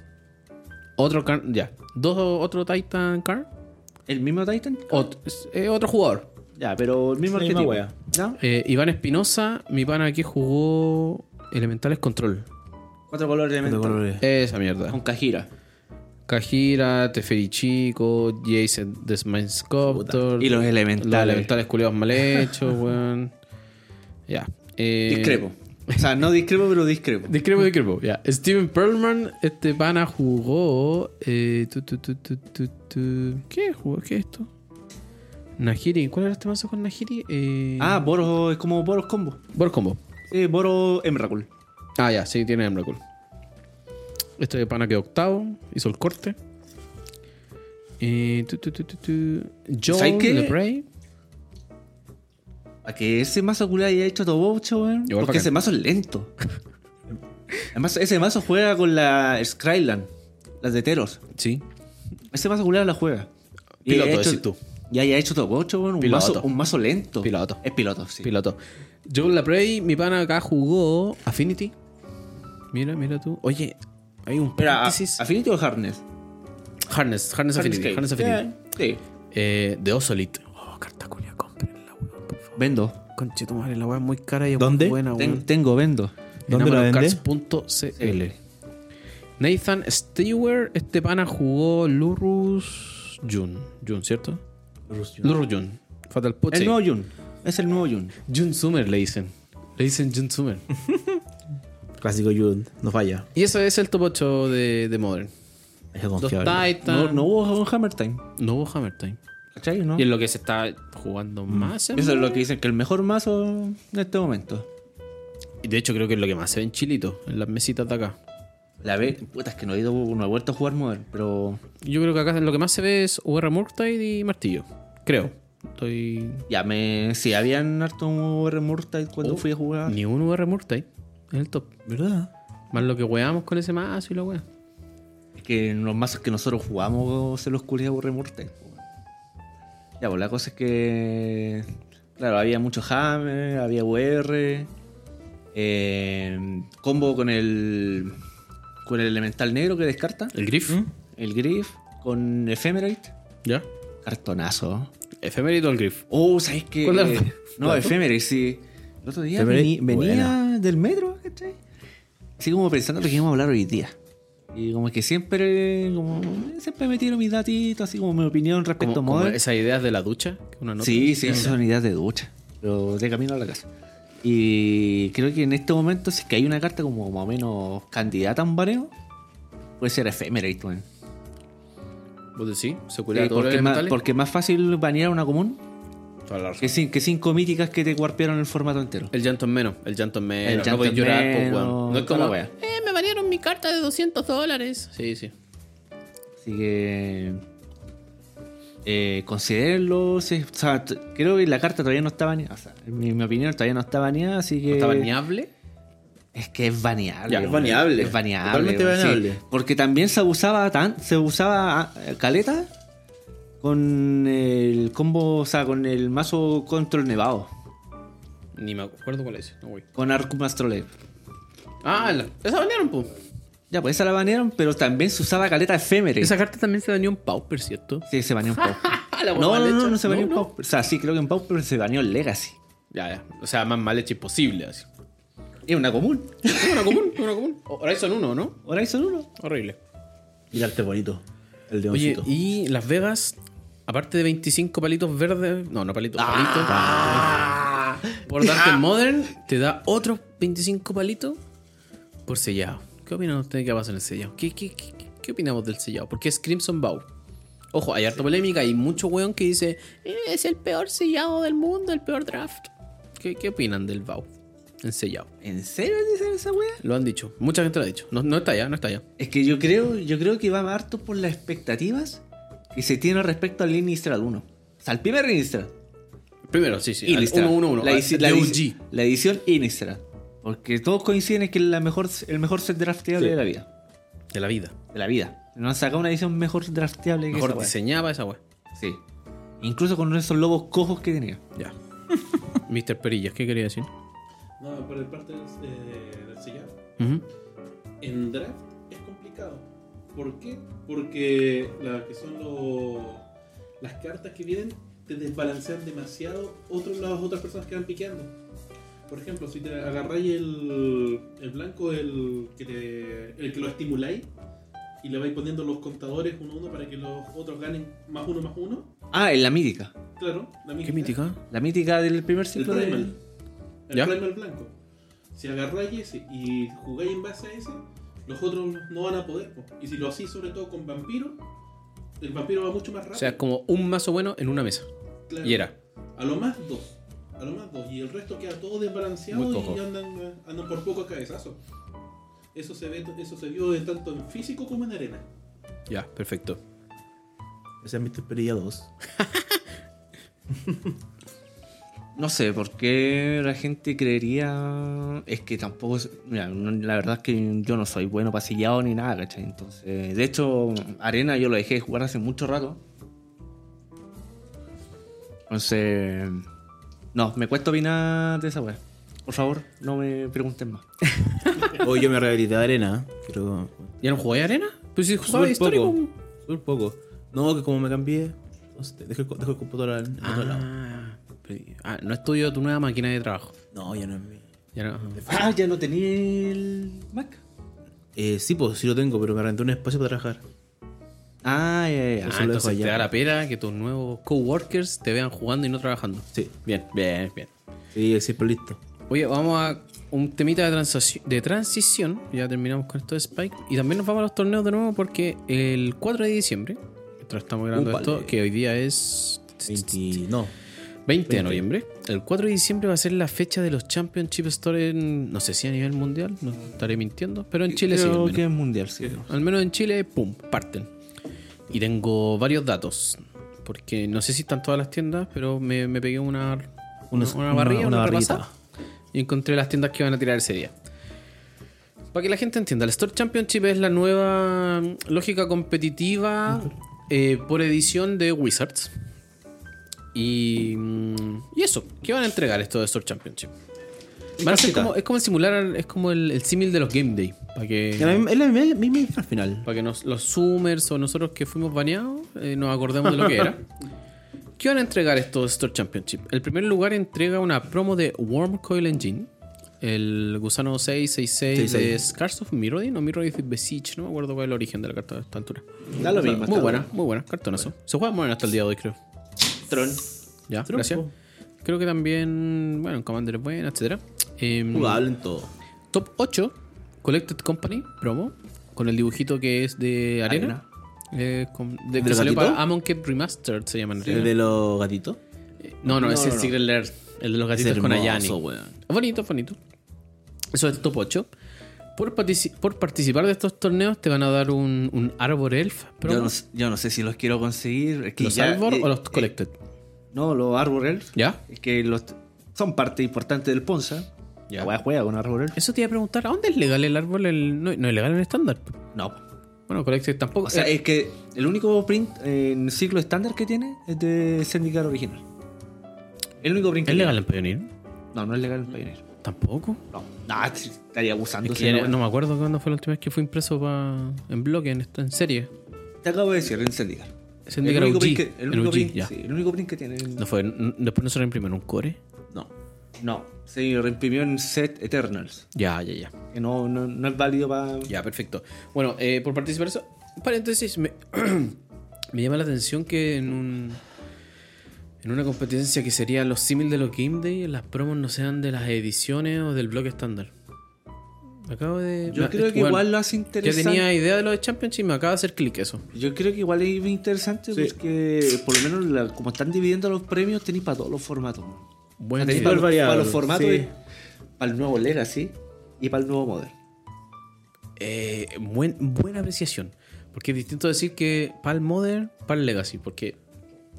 Otro car- ya. Dos, otro Titan Car.
¿El mismo Titan?
Ot- eh, otro jugador.
Ya, pero el mismo
La misma
arquetipo.
wea.
¿No?
Eh, Iván Espinosa, mi pana que jugó Elementales Control.
Cuatro colores de
Otro
mental.
color.
Esa mierda.
Con Kajira.
Kajira, Teferi Chico, Jason the Smile Sculptor.
Y los elementales.
Los elementales culiados mal hechos, weón. Ya. Eh,
Discrepo. O sea, no discrepo, pero discrepo.
Discrepo, discrepo. Ya. Steven Perlman, este pana jugó. eh, tu, tu, tu, tu, tu, tu. ¿Qué jugó? ¿Qué es esto? Najiri. ¿Cuál era este mazo con Najiri? Eh,
Ah, Boros es como Boros Combo.
Boros Combo.
Sí, Boros Emrakul.
Ah, ya, sí, tiene Emrakul. Este pana quedó octavo, hizo el corte. Eh, tu, tu, tu, tu, tu. Joel
¿Sabes qué?
LeBray.
A que ese mazo culiao haya hecho todo bocha, weón.
Igual
Porque
bacán.
ese mazo es lento. Además, ese mazo juega con la Skyland, las de Teros.
Sí.
Ese mazo culiao la juega. Y
Piloto,
haya hecho-
decís tú.
Y haya hecho todo bocha, weón. Un
Piloto.
mazo, un mazo lento.
Piloto.
Es piloto, sí.
Piloto. Joel LeBray, mi pana acá jugó Affinity. Mira, mira tú. Oye, hay un
Espera, ¿a-
paréntesis.
¿Affinity o Harness?
Harness, Harness Affinity.
Cave.
Harness Affinity.
Sí.
Eh, de Osolit. Oh, carta culia, cómprenla, weón, por favor.
Vendo.
Conchito madre, la weá es muy cara y es
¿Dónde?
muy buena,
Ten-
weón.
tengo, vendo.
¿Dónde la vende?
Enamoracards.cl. Nathan Stewart, este pana jugó Lurus Jun. Jun, ¿cierto? Lurus Jun. Fatal Pussy.
El nuevo Jun. Es el nuevo Jun.
Jun Summer le dicen. Le dicen Jun Summer.
Clásico Jun, no falla.
y eso es el top 8 de, de Modern.
Es
Dos
confiable.
Titan.
No, no hubo un Hammer Time.
no hubo Hammer Time.
¿Cachai? ¿No? Mm.
Y es lo que se está jugando más. en
Eso es lo que dicen que el mejor mazo en este momento.
Y de hecho creo que es lo que más se ve en Chilito, en las mesitas de acá.
La ve, puta, es que no he ido, no he vuelto a jugar Modern, pero
Yo creo que acá lo que más se ve es UR Murktide y Martillo. Creo. Estoy...
ya me. Si habían harto UR Murtide cuando
Oh.
fui a jugar.
Ni un UR Murktide en el top.
¿Verdad?
Más lo que weamos con ese mazo y la wea.
Es que los mazos que nosotros jugamos se los curé a UR Murtide. po. Ya, pues la cosa es que. Claro, había mucho Hammer, había UR. eh, combo con el. Con el Elemental Negro que descarta.
El Griff.
El Griff. Con Ephemerate.
¿Ya?
Cartonazo.
Efemérito el Griff.
Oh, ¿sabes qué?
¿Cuál era?
Eh, no, efeméride, sí. El otro día
Efeméride,
veni- venía
buena.
del metro, ¿cachai? Así como pensando lo que íbamos a hablar hoy día. Y como que siempre, como, siempre me tiro mis datitos, así como mi opinión
Como,
respecto a
como
Modern.
esas ideas de la ducha que uno nota.
Sí, sí, esas son ideas de ducha. Pero de camino a la casa. Y creo que en este momento, si es que hay una carta como más o menos candidata a un bareo, puede ser efeméride, weón.
¿Vos decís? ¿Se
Sí,
cuela todos los
porque, es más-
elementales?
porque es más fácil banear una común
Toda la razón.
que, cin- que cinco míticas que te cuarpearon el formato entero.
El llanto es menos. El llanto es menos.
El
no
llanto
voy a
es
llorar,
menos,
po, weón. No es
toda la
como...
wea.
Eh, me valieron mi carta de 200 dólares. Sí, sí.
Así que. Eh, considérenlo. sí, o sea, t- creo que la carta todavía no está baneada. O sea, en mi, mi opinión todavía no está baneada, así que.
¿No está baneable?
Es que es baneable.
Ya,
weón.
es
baneable.
Es baneable.
Totalmente
weón, sí.
baneable.
Porque también se abusaba tan. Se usaba ah, caleta con el combo. O sea, con el mazo control nevado.
Ni me acuerdo cuál es. No voy.
Con Arcum Astrolabe.
Ah, la- esa banearon, po.
Ya, pues esa la banearon, pero también se usaba caleta efeméride.
Esa carta también se dañó en Pauper, ¿cierto?
Sí, se baneó un Pauper.
La
no,
hueá
no,
mal
no,
hecha.
no se baneó
No,
un
no.
Pauper. O sea, sí, creo que en Pauper se baneó el Legacy.
Ya, ya. O sea, más mal hecha imposible. Así.
Es una común.
Es una común, es una común. O- Horizon 1, ¿no?
Horizon 1.
Horrible.
Mira este bonito. El de
Oye,
Oncito.
y Las Vegas, aparte de 25 palitos verdes, no, no palitos, palitos. Por darte el Modern, te da otros 25 palitos por sellado. ¿Qué opinan ustedes que pasa en el sellado? ¿Qué, qué, qué, qué- qué opinamos del sellado? Porque es Crimson Bow. Ojo, hay harta polémica y mucho weón que dice, "Eh, es el peor sellado del mundo, el peor draft. ¿Qué, qué opinan del VAU en sellado?
¿En serio dicen esa wea?
Lo han dicho, mucha gente lo ha dicho. No, no está ya, no está ya.
Es que yo creo, yo creo que va harto por las expectativas que se tiene respecto al Innistrad 1. O sea, al primer Innistrad.
Primero, sí, Ah, sí. al
Innistrad.
1-1-1.
La,
al-
edici-
al
la
de
edici- la edición Innistrad. Porque todos coinciden en que es la mejor, el mejor set drafteable de la vida.
OG, De la vida.
De la vida. No han sacado una edición mejor drafteable que
Mejor
esa wea.
diseñaba esa weá.
Sí. Incluso con esos lobos cojos que tenía.
Ya. Mr. Perillas, ¿qué quería decir?
No, por el parte del, eh, del sellado.
Ujú.
En draft es complicado. ¿Por qué? Porque la- que son los- las cartas que vienen te desbalancean demasiado otros, las otras personas que van piqueando. Por ejemplo, si te agarráis el, el blanco, el que, te- el que lo estimuláis, y le vais poniendo los contadores uno a uno para que los otros ganen más uno más uno,
Ah, en la mítica.
claro, la
¿Qué
mítica.
mítica?
La mítica del primer
El
ciclo de-
primal. El
¿Ya?
primal blanco. Si agarráis ese y jugáis en base a ese, los otros no van a poder. po. Y si lo hacís sobre todo con vampiro, el vampiro va mucho más rápido.
O sea, como un mazo bueno en una mesa.
Claro.
Y era.
A lo más dos. A lo más dos. Y el resto queda todo
Muy
desbalanceado
cojo.
y andan, eh, andan por poco a cabezazo. Eso se, ve, eso se vio de tanto en físico como en arena.
Ya, perfecto.
Esa es Mr. Perilla 2.
No sé por qué la gente creería. Es que tampoco. es- Mira, no- la verdad es que yo no soy bueno pasillado ni nada, ¿cachai? Entonces. De hecho, Arena yo lo dejé de jugar hace mucho rato. Entonces. No, me cuesta opinar de esa wea. Por favor, no me pregunten más.
Hoy yo me rehabilité de arena. Quiero.
¿Ya no jugáis arena? Pues si jugaba
Súper
histórico.
poco. Súper poco. No, que como me cambié. entonces Dejo, el co- dejo el computador al al otro lado.
Ah, pero- ah, no estudio tu nueva máquina de trabajo.
No, ya no es mío.
Ya no.
Ah, ya no tenía el Mac.
Eh, sí, pues sí lo tengo, pero me renté un espacio para trabajar.
Ah,
Ah,
ya, ya,
lo
ya.
dejo
entonces te
allá.
da la pera que tus nuevos coworkers te vean jugando y no trabajando.
Sí,
Bien, bien, bien.
sí, siempre listo.
Oye, vamos a un temita de, transaci- de transición. Ya terminamos con esto de Spike. Y también nos vamos a los torneos de nuevo porque el 4 de diciembre, mientras estamos grabando
Úpale.
esto, que hoy día es
20, no.
20 de noviembre. El 4 de diciembre va a ser la fecha de los Championship Store en, no sé si a nivel mundial, no estaré mintiendo, pero en Chile sí. al
Creo
menos.
que es mundial, sí.
Al menos en Chile, pum, parten. Y tengo varios datos. Porque no sé si están todas las tiendas, pero me, me pegué una, una, una barrilla, una,
barriguita.
repasada, Y encontré las tiendas que van a tirar ese día. Para que la gente entienda, el Store Championship es la nueva mm, lógica competitiva eh, por edición de Wizards. Y, mm, y eso, ¿qué van a entregar esto de Store Championship? Van a ser como, es como el simular, es como el, el símil de los Game Day. Para que...
Es la misma- es la misma- misma infra al final.
Para que nos, los Summers o nosotros que fuimos baneados eh, nos acordemos de lo que era. ¿Qué van a entregar estos Store Championship? El primer lugar entrega una promo de Warm Coil Engine, el gusano 666 de
66.
Scars of Mirrodin o Mirrodin of Besiege, no me acuerdo cuál es el origen de la carta a esta altura.
Da lo mismo.
Muy
está
buena,
bueno.
muy buena, cartonazo. Se juega muy bien hasta el día de hoy, creo.
Tron.
Ya, gracias. Creo que también, bueno, en Commander es buena, Em, etc.
Jugable en todo.
top 8, Collected Company, promo, con el dibujito que es de arena.
Arena.
Eh, con- de,
¿De
que
los
salió para
gatitos?
Amon Cat Remastered se llama en
¿El
realidad.
de los gatitos?
No, no,
No,
ese
no,
es
no.
Secret Lair, el de los gatitos con
hermoso,
Ayani.
weón.
Bonito, bonito. Eso es el top 8. Por, partici- por participar de estos torneos te van a dar un, un Arbor Elf. promo.
Yo no, sé- yo no sé si los quiero conseguir. Es que
¿Los
ya-
Arbor
eh,
o los
eh,
Collected?
No, los Arbor Elf.
¿Ya?
Es que los, son parte importante del Ponza.
Ya.
La wea juega con Arbor Elf.
Eso te iba a preguntar, ¿a dónde es legal el árbol? El- no, no es legal en estándar.
No.
Bueno, Collected tampoco.
O sea,
Eh,
es que el único print en ciclo estándar que tiene es de Syndicate original. El único print que
¿Es
tiene.
legal en Pioneer?
No, no es legal en Pioneer.
Tampoco.
No, no, estaría abusando.
Es
si
que
no-
no me acuerdo cuándo fue la última vez que fue impreso pa- en bloque, en, esta- en serie.
Te acabo de decir, en Syndicate.
Es en Decaro
print
UG,
que- el
en
único
UG,
print-
ya.
sí, el único print que tiene.
No fue, n- después nosotros imprimieron un core.
No.
No, se reimprimió en Set Eternals.
Ya, ya, ya.
Que no, no, no es válido para.
Ya, perfecto. Bueno, eh, por participar eso. Paréntesis, me, me llama la atención que en un. En una competencia que sería los símil de los Game Day, las promos no sean de las ediciones o del bloque estándar. Acabo de.
Yo
me-
creo que
bueno,
igual lo hace
Yo
interesante.
tenía idea de lo de Championship y me acaba de hacer clic eso.
Yo creo que igual es interesante
Sí.
porque por lo menos la- como están dividiendo los premios, tenéis para todos los formatos. man.
Buen
tenéis
idea.
Igual
para, los-
variado,
para los formatos,
sí.
de- para el nuevo Legacy y para el nuevo Model.
Eh, buen- buena apreciación. Porque es distinto decir que para el Modern, para el Legacy. Porque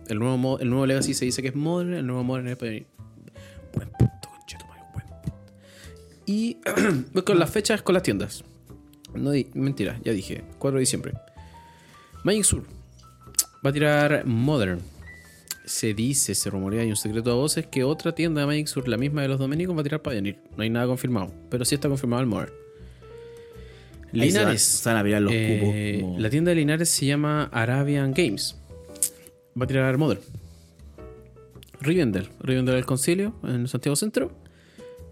el nuevo, mo- el nuevo Legacy se dice que es Modern, el nuevo Modern es para. Buen punto, conchetumayo, buen punto. Y voy con las fechas, con las tiendas. No di- mentira, ya dije, 4 de diciembre. Magic Sur va a tirar Modern. Se dice, se rumorea, hay un secreto a voces que otra tienda de Magic Sur, la misma de los dominicos, va a tirar Pioneer. No hay nada confirmado, pero sí está confirmado el Modern.
Ahí se va-
Linares.
se van a virar los
Eh,
cubos, como-
La tienda de Linares se llama Arabian Games. Va a tirar Modern. Rivendell. Rivendell del Concilio en Santiago Centro.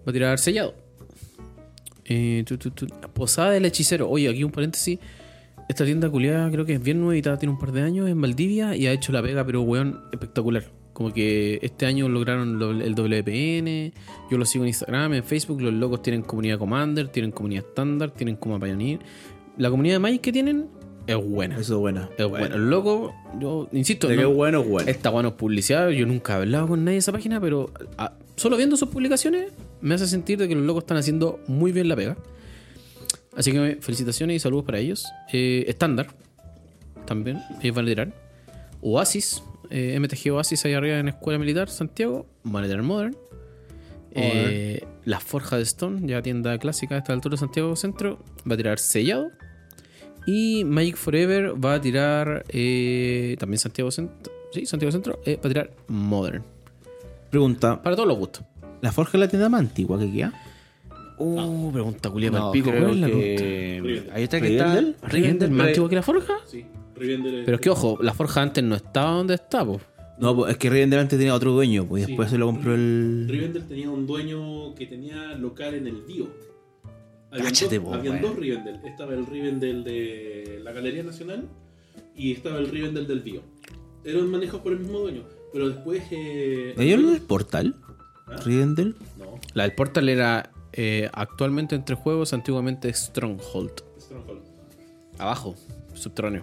Va a tirar sellado. Eh, tu, tu, tu. Posada del Hechicero. Oye, aquí un paréntesis. Esta tienda culiada creo que es bien nuevita, tiene un par de años en Valdivia y ha hecho la pega, pero weón, espectacular. Como que este año lograron doble- el WPN, yo lo sigo en Instagram, en Facebook, los locos tienen comunidad Commander, tienen comunidad estándar, tienen como Pioneer. La comunidad de Magic que tienen es buena.
Eso es buena.
es buena. El loco, yo insisto,
De
no-
qué bueno, es bueno.
esta bueno es publicidad, yo nunca he hablado con nadie de esa página, pero ah, solo viendo sus publicaciones me hace sentir de que los locos están haciendo muy bien la pega. Así que felicitaciones y saludos para ellos. Eh, Estándar, también, ellos van a tirar. Oasis, eh, MTG Oasis ahí arriba en Escuela Militar, Santiago, van a tirar Modern. Eh, la Forja de Stone, ya tienda clásica a esta altura de Santiago Centro, va a tirar sellado. Y Magic Forever va a tirar eh, también Santiago Centro. Sí, Santiago Centro eh, va a tirar Modern.
Pregunta:
Para todos los gustos.
¿La forja es la tienda más antigua que queda?
Uh, pregunta culia
No,
para el pico.
creo
¿Cuál es la pregunta?
que... Ahí está que está.
¿Rivendell?
¿Rivendell más
pero-
antiguo que la Forja?
Sí, Rivendell.
Pero es que ojo, la Forja antes no estaba donde está, po.
No, pues, es que Rivendell antes tenía otro dueño, pues y
Sí.
después se lo compró el.
Rivendell tenía un dueño que tenía local en el Dio. Habían
Cáchate,
dos,
vos,
habían
weón.
dos Rivendell. Estaba el Rivendell de la Galería Nacional y estaba el Rivendell del Dio. Eran manejos por el mismo dueño. Pero después. Eh,
¿No hay algo del portal?
¿Ah?
¿Rivendell?
No,
La del Portal era eh, actualmente entre juegos, antiguamente Stronghold.
Stronghold.
Abajo, subterráneo.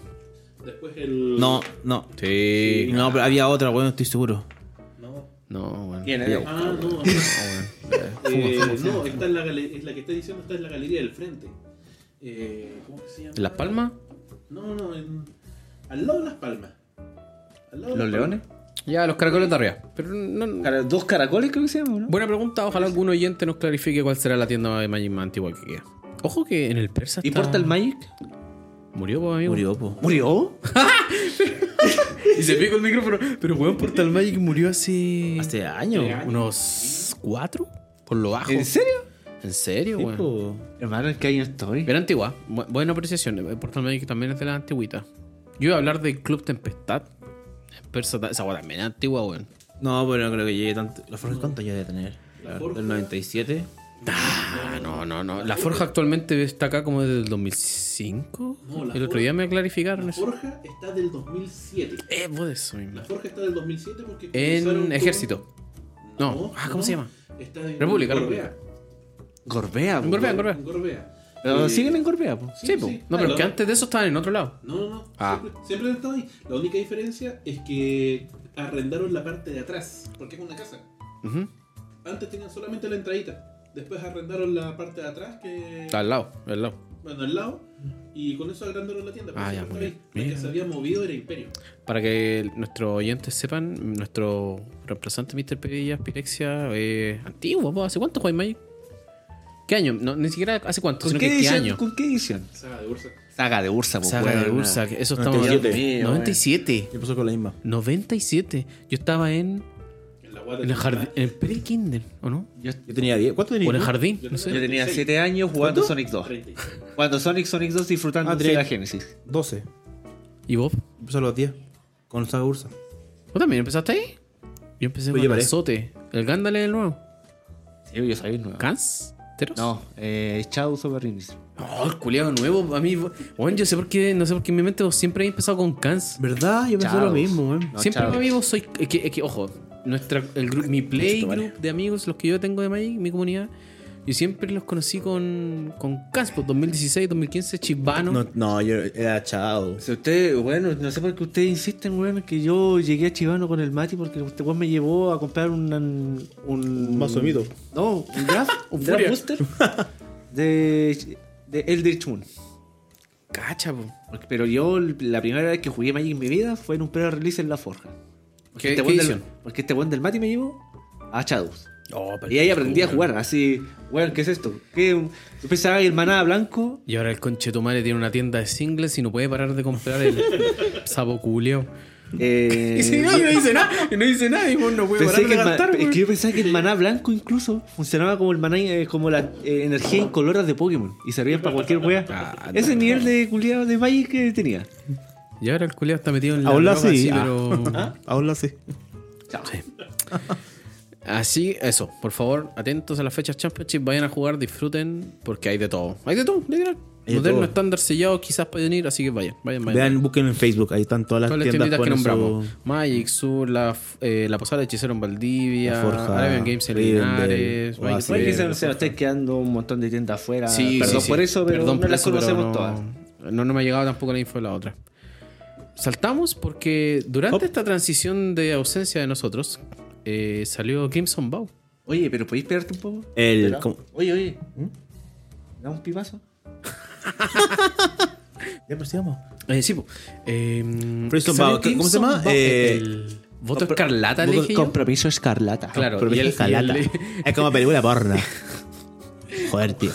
Después el.
No, no.
Sí.
No, pero había otra, bueno, estoy seguro.
No.
No, bueno.
¿Quién era?
Ah, no. Eh, no, está en la galería. Es la que está diciendo, está en la galería del frente. Eh, ¿Cómo que se llama?
¿En Las Palmas?
No, no, en- al lado de Las Palmas. Al lado
¿Los
de Las Palmas.
leones?
Ya, los caracoles de arriba. Pero no,
Cara- Dos caracoles creo que se llaman, ¿no?
Buena pregunta, ojalá algún oyente nos clarifique cuál será la tienda de Magic más antigua que queda. Ojo que en el persa
¿Y
está-
Portal Magic?
Murió, pues, amigo.
Murió, po.
¿Murió?
Y se pico el micrófono. Pero, weón, Portal Magic murió hace...
Hace años.
Sí,
unos cuatro, por lo bajo.
¿En serio?
¿En serio,
Sí,
weón?
po.
Hermano, ¿en qué año estoy?
Era antigua. Bu- Buena apreciación. El Portal Magic también es de la antigüita. Yo iba a hablar del Club Tempestad. El persa ta- Esa weá también es antigua, weón.
No, pero no creo que llegue tanto. ¿La forja cuánto ya debe tener?
La
A ver,
forja-
¿Del 97?
Ah, no, no, no. La Forja actualmente está acá como desde el 2005.
No, la
el otro
Forja-
día me clarificaron
La
eso.
forja está del 2007.
Eh, vos de eso, mismo.
La forja está del 2007 porque. comenzaron
En
con-
Ejército. No. Ah, ¿cómo se llama?
Está en
República,
Gorbea.
Gorbea, po.
Gorbea, Gorbea.
En Gorbea.
Pero
Eh,
siguen en Gorbea, po.
Sí, po. No, pero
Ah,
que
no.
antes de eso estaban en otro lado.
No, no, no.
Ah.
Siempre, siempre han estado ahí. La única diferencia es que arrendaron la parte de atrás, porque es una casa.
Ujú.
Antes tenían solamente la entradita. Después arrendaron la parte de atrás, que.
Está al lado, al lado.
Bueno, al lado. Y con eso agrandaron la tienda. pero
Ah,
siempre
ya,
estaba
muy
ahí.
bien.
La que
Mira.
se había movido era Imperio.
Para que nuestros oyentes sepan, nuestro reemplazante Mr. Perillas Pirexia eh, antiguo, po. ¿hace cuánto juega en Magic? ¿Qué año? No, ni siquiera hace cuánto,
¿Con
sino
qué,
que qué
edición,
año.
¿Con qué edición?
Saga de Ursa.
este Saga de Ursa, po.
Saga de
weón.
Ursa, que eso estamos
97.
hablando- 97.
¿Qué pasó con la misma?
97. Yo estaba en,
En la guata.
en el jardín, en el pre-kinder, ¿o no?
Yo,
Yo tenía 10. ¿Cuánto tenía?
O en el
yo?
jardín, no
yo
sé.
tenía
36.
7 años jugando Sonic 2.
36.
Cuando Sonic, Sonic 2 disfrutando
Ah,
de
tres.
la Genesis.
12.
¿Y vos?
Empezó a los 10. Con Saga Ursa.
¿Vos también empezaste ahí? Yo empecé
Oye,
con el
paré.
azote. ¿El Gandalf es el nuevo?
Sí, yo sabía el nuevo.
¿Cans? ¿Teros?
No, eh, Shadow Super Inicio.
Oh, el culiado nuevo. A mí, bueno, yo sé por qué, no sé por qué en mi mente vos siempre he empezado con Cans.
¿Verdad? Yo pensé
Chavos.
lo mismo, weón.
No,
siempre, mi
chavos.
amigo, soy. Es que, es que, ojo, nuestra, el grupo, mi play
Esto vale.
group de amigos, los que yo tengo de Magic, mi comunidad, Yo siempre los conocí con, con pues, Caspo, 2016, 2015, Chibano.
No, no, yo era chao.
Si usted, bueno, no sé por qué ustedes insisten, weón, que yo llegué a Chivano con el Mati porque usted weón, me llevó a comprar un. Un, un
mazo de mito.
No, un draft, un draft
Furia.
booster de, de Eldritch Moon.
Cacha, po.
Porque- Pero yo, la primera vez que jugué Magic en mi vida fue en un pre-release en La Forja.
¿Qué,
este
qué
weón del-
edición?
porque este buen del Mati me llevó a Shadows.
Oh, pero-
Y ahí aprendí a jugar, así, weón, ¿qué es esto? ¿Qué? Yo pensaba que el maná blanco
Y ahora el conchetumare tiene una tienda de singles y no puede parar de comprar el sapo culio.
Eh,
Y si no, y no dice nada, y no dice nada, y vos no puede
pensé
parar
que
de
el ma-
gastar,
es
weón.
que yo pensaba que el maná blanco incluso funcionaba como el maná eh, como la eh, energía incolora de Pokémon y servía para cualquier wea.
Ah,
Ese nivel de culiado de Magic que tenía.
Y ahora el culio está metido en la
Aún lo
droga,
así.
sí, pero...
Aún lo sé.
Así, eso. Por favor, atentos a las fechas Championship. Vayan a jugar, disfruten, porque hay de todo. Hay de todo, literal.
Hay de
Moderno,
todo.
estándar sellado, quizás Pioneer, así que vayan, vayan, vayan.
Vean, busquen en Facebook, ahí están todas las
Todas las
tiendas
tienditas que
ponen su-
nombramos. Magic Sur, la, f- eh, la Posada de Hechicero en Valdivia,
La Forja,
Arabian Games en
Rivendell,
Linares, Magic
Oasis.
Sur,
Bueno,
la
que se, se nos
Forja.
está quedando un montón de tiendas afuera.
Sí,
Perdón
sí, sí.
por eso, pero
Ah, Perdón
no
por
las
eso, pero
conocemos
no-
todas.
No, no me ha llegado tampoco la info de la otra. Saltamos porque durante
Hop.
esta transición de ausencia de nosotros eh, salió Crimson Bow.
Oye, pero podéis pegarte un poco.
El-
Espera.
¿cómo?
Oye, oye. ¿Mm? Da un pipazo.
Ya, pero sigamos.
Eh, sí, po. Eh,
Crimson
salió
Bow, ¿cómo se
Crimson
llama?
Bow.
Eh,
el voto escarlata, le dije yo.
Compromiso escarlata.
Claro,
Pero
y el-
es jalata.
y el-
Es como película porno. Joder, tío.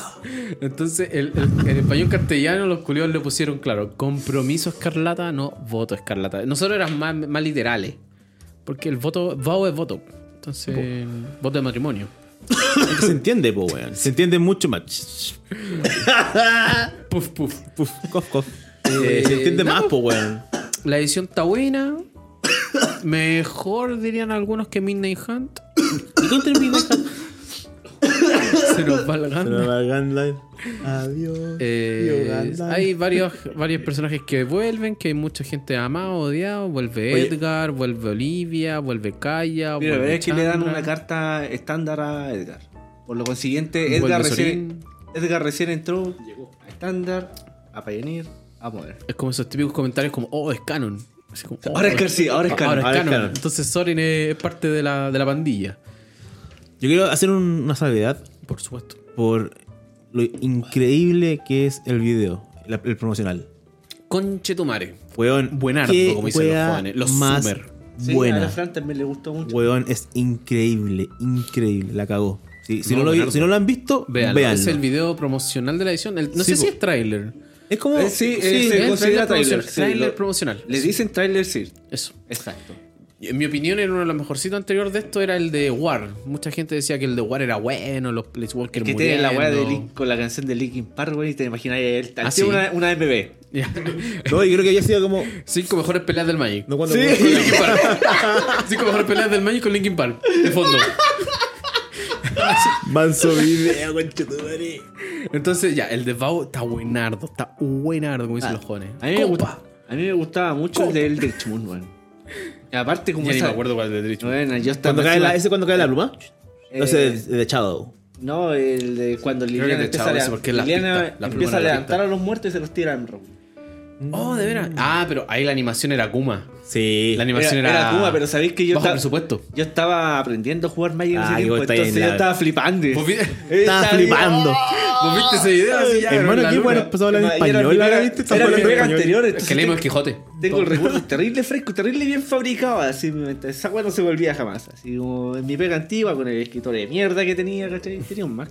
Entonces, el, el- en español castellano los culiados le pusieron, claro, compromiso escarlata, no voto escarlata. Nosotros éramos más, más literales. Porque el voto, voto es voto. Entonces, voto de matrimonio.
Es que se entiende, po, weón. Se entiende mucho más.
Puf, puf.
Puf, cof, cof. Eh, se entiende
no,
más,
po.
po, weón.
La edición está buena. Mejor dirían algunos que Midnight Hunt.
¿Y con termina?
Se nos va la gana.
Adiós.
Eh,
Adiós, Gandalf.
hay varios, varios personajes que vuelven, que hay mucha gente amada, odiada. Vuelve
Oye.
Edgar, vuelve Olivia, vuelve Kaya.
Mira,
vuelve
es que le dan
Chandra.
una carta estándar a Edgar. Por lo consiguiente, Edgar
Vuelve
recién,
Sorin.
Edgar recién entró a estándar, a Pioneer, a Modern.
Es como esos típicos comentarios como, oh, es canon. Así como, oh,
Ahora es que sí, ahora es canon.
Ahora es
ahora es
canon.
canon.
Entonces Sorin es parte de la, de la pandilla.
Yo quiero hacer un- una salvedad
Por supuesto.
por lo increíble que es el video, la- el, promocional.
Conche tu madre.
Weón,
Buenardo,
qué
como dicen los
wea
jóvenes, los
más
Sumer.
Sí, a la
Buena.
Fran también le gustó mucho.
Weón, es increíble, increíble. La cagó. Si, si
No,
no, lo,
Bernardo.
si no lo han visto,
Vean,
vean.
es el video promocional de la edición. El- no
Sí,
sé si
po.
es tráiler.
Es como.
Eh, sí, eh,
es
se considera
trailer promocional.
trailer. sí,
Trailer
lo-
promocional.
Le
Sí.
dicen trailer, sí.
Eso.
Exacto.
Y En mi opinión, era uno de los mejorcitos anterior de esto era el de War. Mucha gente decía que el de War era bueno, los Place Walker
Que tiene la weá de
muriendo.
Link- con la canción de Linkin Park, güey, y te imaginas él.
Ah,
Así
sí.
una, una MB.
Ya.
No, yo creo que había sido como.
Cinco mejores peleas del Magic.
No, cuando
Sí.
Con Linkin Park. Cinco mejores peleas del Magic con Linkin Park. De fondo.
Manso video, conchetumare.
Entonces, ya, el de Vau está buenardo. Está buenardo, como dicen los jóvenes.
Ah, A mí, me
Copa.
gusta- a mí me gustaba mucho el de Eldritch Moon, weón. Y Aparte, como
Ya ni
esa-
me acuerdo cuál es el de Drichu.
Bueno, yo estaba
Cuando cae la,
encima-
¿Ese cuando cae la pluma? No sé,
Eh,
de, de Shadow.
No, el de cuando
que
Liliana
te
empieza,
echaba
a,
eso porque es la
Liliana
pista, la
empieza
primera
a
de la
levantar
pista.
a los muertos y se los tira en rojo.
Oh, de veras. Ah, pero ahí la animación era Kuma.
Sí.
La animación era.
era Kuma, pero sabéis que yo
Bajo
estaba,
presupuesto.
yo estaba aprendiendo a jugar Magic en
Ah,
ese
que
tiempo,
vos estáis
entonces
en
yo
la-
estaba flipando.
Vos Pues vi-
Estaba flipando.
¿Vos viste ese video? Así, ya, pero en
Hermano,
la
qué
luna.
bueno empezó a hablar en
Era mi
español.
pega-
ahora, ¿viste? Está
era mi
hablando
pega
español.
anterior,
Es
entonces
Que leímos el Quijote.
Tengo el recuerdo terrible fresco, terrible bien fabricado. Así, en mi mente. esa weá no se volvía jamás. Así como en mi pega antigua con el escritor de mierda que tenía, ¿cachai? Tenía un Mac.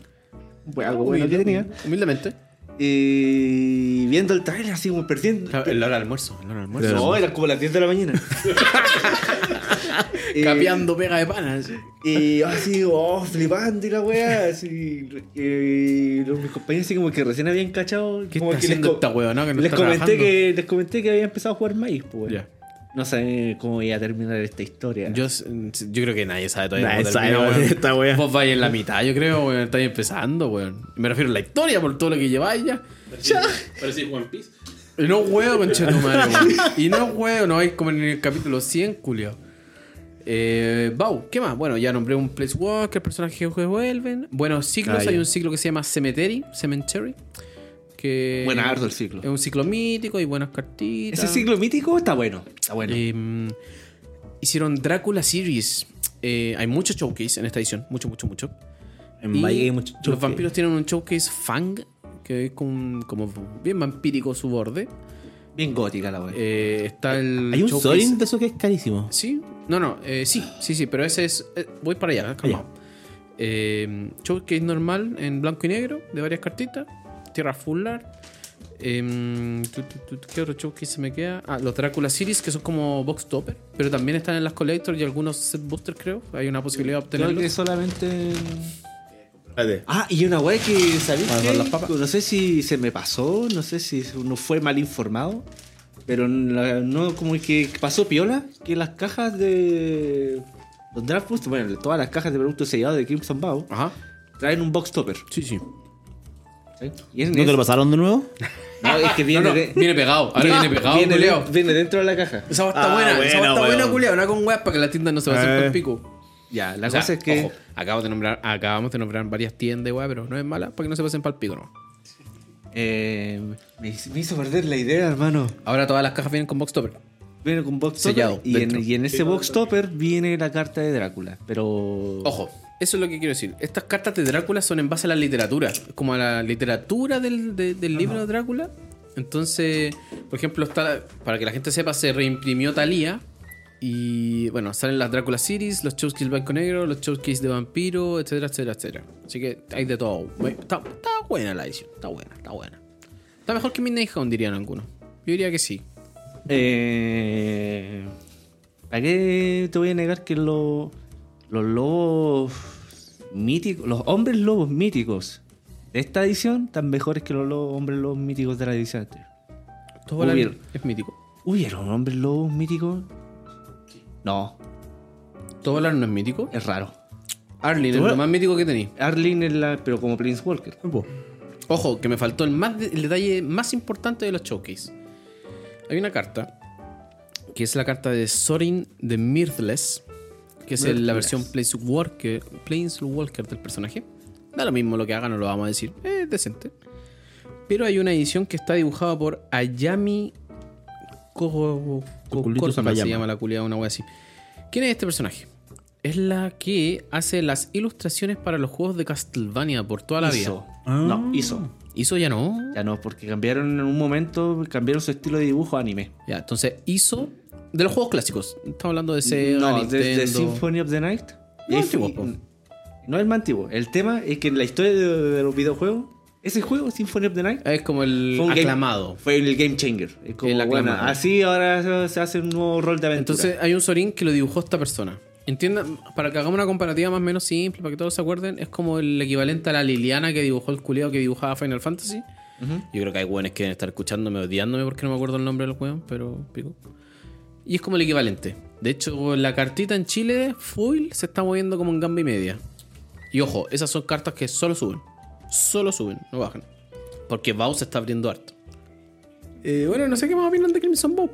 Pues algo bueno que tenía.
Humildemente.
Y viendo el trailer, así como perdiendo.
El hora de almuerzo. El hora de almuerzo.
Pero-
No, era como las 10 de la mañana. Eh,
Capeando pega de panas.
Y yo así, oh, flipando y la weá. Así, y los, mis compañeros así como que recién habían cachado.
¿Qué
como
está
que
haciendo
co-
esta weá, no? Que no
les,
está
comenté
trabajando.
que, les comenté que había empezado a jugar Magic, pues. weón.
Ya.
No sé cómo iba a terminar esta historia.
Yo, yo creo que nadie sabe todavía
Nadie
cómo
sabe
termina,
cómo
weón.
esta wea.
Vos vais en la mitad, yo creo, weón. Estáis empezando, weón. Me refiero a la historia por todo lo que lleváis ya.
Parecía, parecía One Piece.
Y no huevo, conchetumare, weón. Y no huevo, no vais como en el capítulo 100, culio. Eh, Bau, ¿qué más? Bueno, ya nombré un Place Walker, personajes que vuelven. Buenos ciclos,
Ah, ya.
hay un ciclo que se llama Cemetery. Cemetery que
Buen harto el ciclo.
Es un ciclo mítico, hay buenas cartitas.
Ese ciclo mítico está bueno. Está bueno.
Em, hicieron Drácula Series. Eh, hay mucho showcase en esta edición. Mucho, mucho, mucho.
En
Y
Valle hay mucho
Los vampiros tienen un showcase Fang, que es con- como bien vampírico su borde.
Bien gótica la wea.
Eh, está el.
Hay un
showcase-
Zorin de eso que es carísimo.
Sí, no, no, eh, sí, sí, sí, pero ese es. eh, voy para allá, calmado. Eh, showcase normal en blanco y negro, de varias cartitas. Tierra Fular. Em, tu, tu, tu, tu, ¿Qué otro showcase se me queda? Ah, los Drácula Series, que son como box topper, pero también están en las Collector y algunos set boosters, creo. Hay una posibilidad de
Creo que
obtenerlos.
solamente. Ah, y una wea que sabéis
Para
qué?
las papas.
no sé si se me pasó, no sé si uno fue mal informado, pero no, no, como que pasó piola que las cajas de los draft boost, bueno, todas las cajas de productos sellados de Crimson Bow
Ajá,
traen un box topper.
sí, sí.
¿sí? Y es
¿No te lo pasaron de nuevo?
No, es que viene,
No, no,
de-
viene pegado, ahora viene pegado,
viene, de-
culiao.
viene dentro de la caja.
Esa va a estar
Ah,
buena, esa va a
buena,
estar buena,
weón.
culiao. Una con weas para que la tienda no se va a hacer
Eh.
por el pico.
Ya, la
O sea,
cosa es que.
ojo, acabo de nombrar, acabamos de nombrar varias tiendas, weá, pero no es mala para que no se pasen pal pico, no.
eh, me, hizo- me hizo perder la idea, hermano.
Ahora todas las cajas vienen con box topper.
Viene con box
Sellado,
topper. Y en,
dentro.
y en ese box topper viene la carta de Drácula. Pero.
Ojo, eso es lo que quiero decir. Estas cartas de Drácula son en base a la literatura, como a la literatura del, de- del libro de Drácula. Entonces, por ejemplo, está, para que la gente sepa, se reimprimió Thalía. Y bueno, salen las Drácula Series, los Chowskis Blanco Negro, los Chowskis de Vampiro, etcétera, etcétera, etcétera. Así que hay de todo. Está, está buena la edición, está buena, está buena. Está mejor que Midnight Hound, dirían algunos. Yo diría que sí.
Eh, ¿Para qué te voy a negar que lo- los lobos míticos, los hombres lobos míticos de esta edición están mejores que los lobos- hombres lobos míticos de la edición anterior?
Todo la-
Hubieron-
es mítico.
¿Hubieron hombres lobos míticos? No,
Tobolar no es mítico.
es raro.
Arlene es
Tobolar-
lo más mítico que tenéis.
Arlene es la, pero como Prince Walker.
Ojo, que me faltó el, más de- el detalle más importante de los showcase. Hay una carta, que es la carta de Sorin de Mirthless, que es el- la versión Planeswalker, Planeswalker del personaje. Da lo mismo lo que haga, no lo vamos a decir. Es decente. Pero hay una edición que está dibujada por Ayami Ko- Ko-
Kokulito
Korkman, se
Sakayama.
llama la culiada, una wea así. ¿Quién es este personaje? Es la que hace las ilustraciones para los juegos de Castlevania por toda la vida.
Hizo. No, hizo.
Hizo ya no.
Ya no, porque cambiaron en un momento, cambiaron su estilo de dibujo a anime.
Ya, entonces hizo de los juegos clásicos. Estamos hablando de Sega,
No,
Nintendo.
desde Symphony of the Night.
No,
Y-
antiguo,
y-
po.
no es más antiguo. El tema es que en la historia de, de los videojuegos, ese juego, Symphony of the Night,
Es como el
Fue un game-
aclamado.
fue el game changer. Es como,
El
bueno,
aclamado.
así ahora se- se hace un nuevo rol de aventura.
Entonces hay un Sorin que lo dibujó esta persona. Entiendan, para que hagamos una comparativa más o menos simple, para que todos se acuerden, es como el equivalente a la Liliana que dibujó el culiao que dibujaba Final Fantasy. Yo creo que hay hueones que deben estar escuchándome, odiándome porque no me acuerdo el nombre del hueón, pero pico. Y es como el equivalente. De hecho, la cartita en Chile, Foil, se está moviendo como en gamba y media. Y ojo, esas son cartas que solo suben. Solo suben, no bajan. Porque Bau se está abriendo harto. Eh, bueno, no sé qué más opinan de Crimson Bob.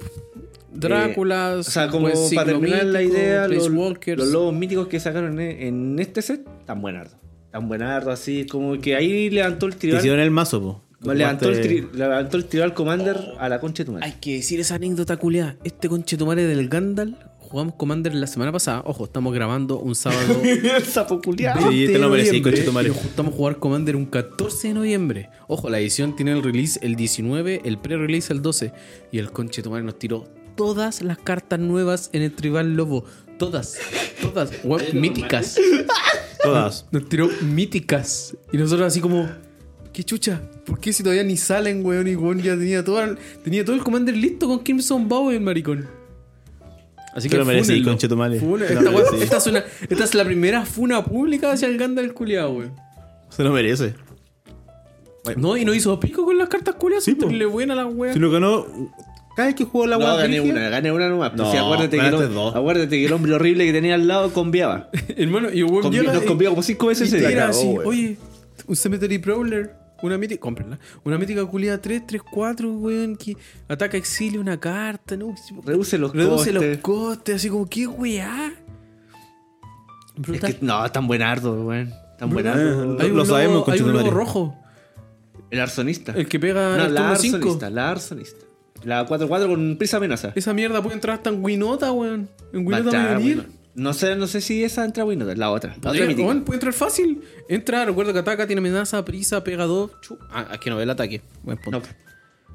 Drácula,
Eh, o sea, como
pues,
para
Ciclo
terminar la
Mítico,
idea, los,
Placewalkers.
los lobos míticos que sacaron en, en este set, tan buenardo. Tan buenardo, así como que ahí levantó el
Te
tribal.
hicieron el mazo, po.
Levantó el,
Ocupaste-
tri- levantó el tribal commander a la concha de tu madre.
Hay que decir esa anécdota culiada. Este conchetumare del Gandalf. Jugamos Commander la semana pasada. Ojo, estamos grabando un sábado.
el sapo culiao.
Sí, te lo merecí,
noviembre,
coche tu
y
madre.
nos juntamos a jugar Commander un 14 de noviembre. Ojo, la edición tiene el release el 19, el pre-release el 12. Y el conche tomar nos tiró todas las cartas nuevas en el Tribal Lobo. Todas, todas, weón,
¿Hay de
míticas.
Todas.
Nos tiró míticas. Y nosotros así como, qué chucha, ¿por qué si todavía ni salen, weón? Y weón ya tenía todo el, tenía todo el Commander listo con Crimson Bow el maricón. Así
Te lo merecí,
fúnenlo.
conchetumare.
Funen-
Te lo
Esta, weón-
merecí.
esta es una- esta es la primera funa pública hacia el Gandalf culiado, weón.
Se lo merece.
No, y no hizo pico con las cartas culiadas.
Sí, po.
le buena a la wea.
Si lo ganó, cada vez que jugó la
No,
guardia
gané una, gané una nomás. pero
No,
sí, acuérdate, que el,
ganaste dos.
acuérdate que el hombre horrible que tenía al lado conviaba.
Hermano, y el weón
Convi-
viola,
nos
eh,
conviaba como cinco veces
y
ese
tira
día.
así,
weón.
oye, un Cemetery Prowler, una mítica, cómprenla. Una mítica culiada 3, 3, 4, weón, que ataca exilio una carta, ¿no?
Reduce los
Reduce
costes.
los costes, así como, ¿qué weá?
Es
Brutal.
que, no, tan buen ardo, weón. Tan buen
Brutal.
ardo.
Hay un
lo sabemos,
lobo, hay un lobo
conchetumare.
rojo.
El arsonista.
El que pega
No,
el
la
turno 5.
arsonista, la arsonista. La 4-4 con prisa amenaza.
Esa mierda puede entrar hasta en Winota, weón. En
Va
Winota va
a entrar
a venir.
Winota. No sé, no sé si esa entra a Winota, la otra. La otra
Podría-
mítica.
weón, puede entrar fácil. Entra, recuerda que ataca, tiene amenaza, prisa, pega dos. chu- Ah, es que no ve el ataque. Buen punto.
No,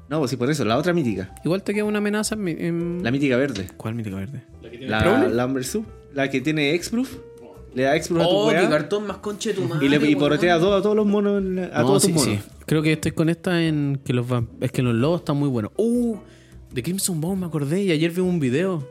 no, pues sí, por eso, la otra mítica.
Igual te queda una amenaza en. mi- en-
La mítica verde.
¿Cuál mítica verde?
La que tiene
La
¿Proof?
la Amber Sub. La que tiene Exproof. Le da Exproof
Oh, qué
a tu weá.
cartón más conche tu madre.
Y, le, y
weón.
porotea a, todos- a todos los monos. en la- A
No,
todos
sí,
tus monos.
sí. Creo que estoy con esta en que los vamp- es que los lobos están muy buenos. Uh, de Crimson Bomb me acordé y ayer vi un video.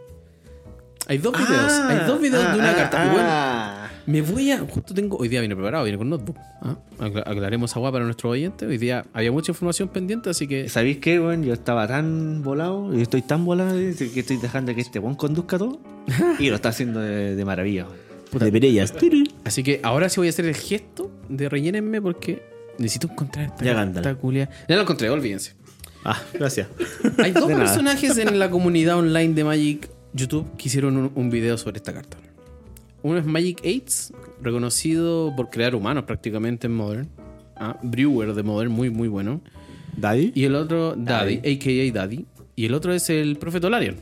Hay dos videos,
Ah,
hay dos videos de una
ah,
carta.
ah,
Me voy a. Justo tengo. Hoy día viene preparado, viene con notebook. Ah, acla- Aclaremos agua para nuestro oyente. Hoy día había mucha información pendiente, así que.
¿Sabéis qué, weón? Yo estaba tan volado, yo estoy tan volado eh, que estoy dejando que este weón conduzca todo. Y lo está haciendo de, de maravilla. weón.
Puta.
De Perellas. Tiri.
Así que ahora sí voy a hacer el gesto de rellénenme porque necesito encontrar esta
Ya,
carta
Gandalf.
culia. Ya lo encontré, olvídense.
Ah, gracias.
Hay dos
De nada.
personajes en la comunidad online de Magic YouTube que hicieron un, un video sobre esta carta. Uno es Magic Aids, reconocido por crear humanos prácticamente en Modern. Ah, Brewer de Modern, muy muy bueno.
¿Daddy?
Y el otro, Daddy, a.k.a. Daddy. Y el otro es el Profeto Larian,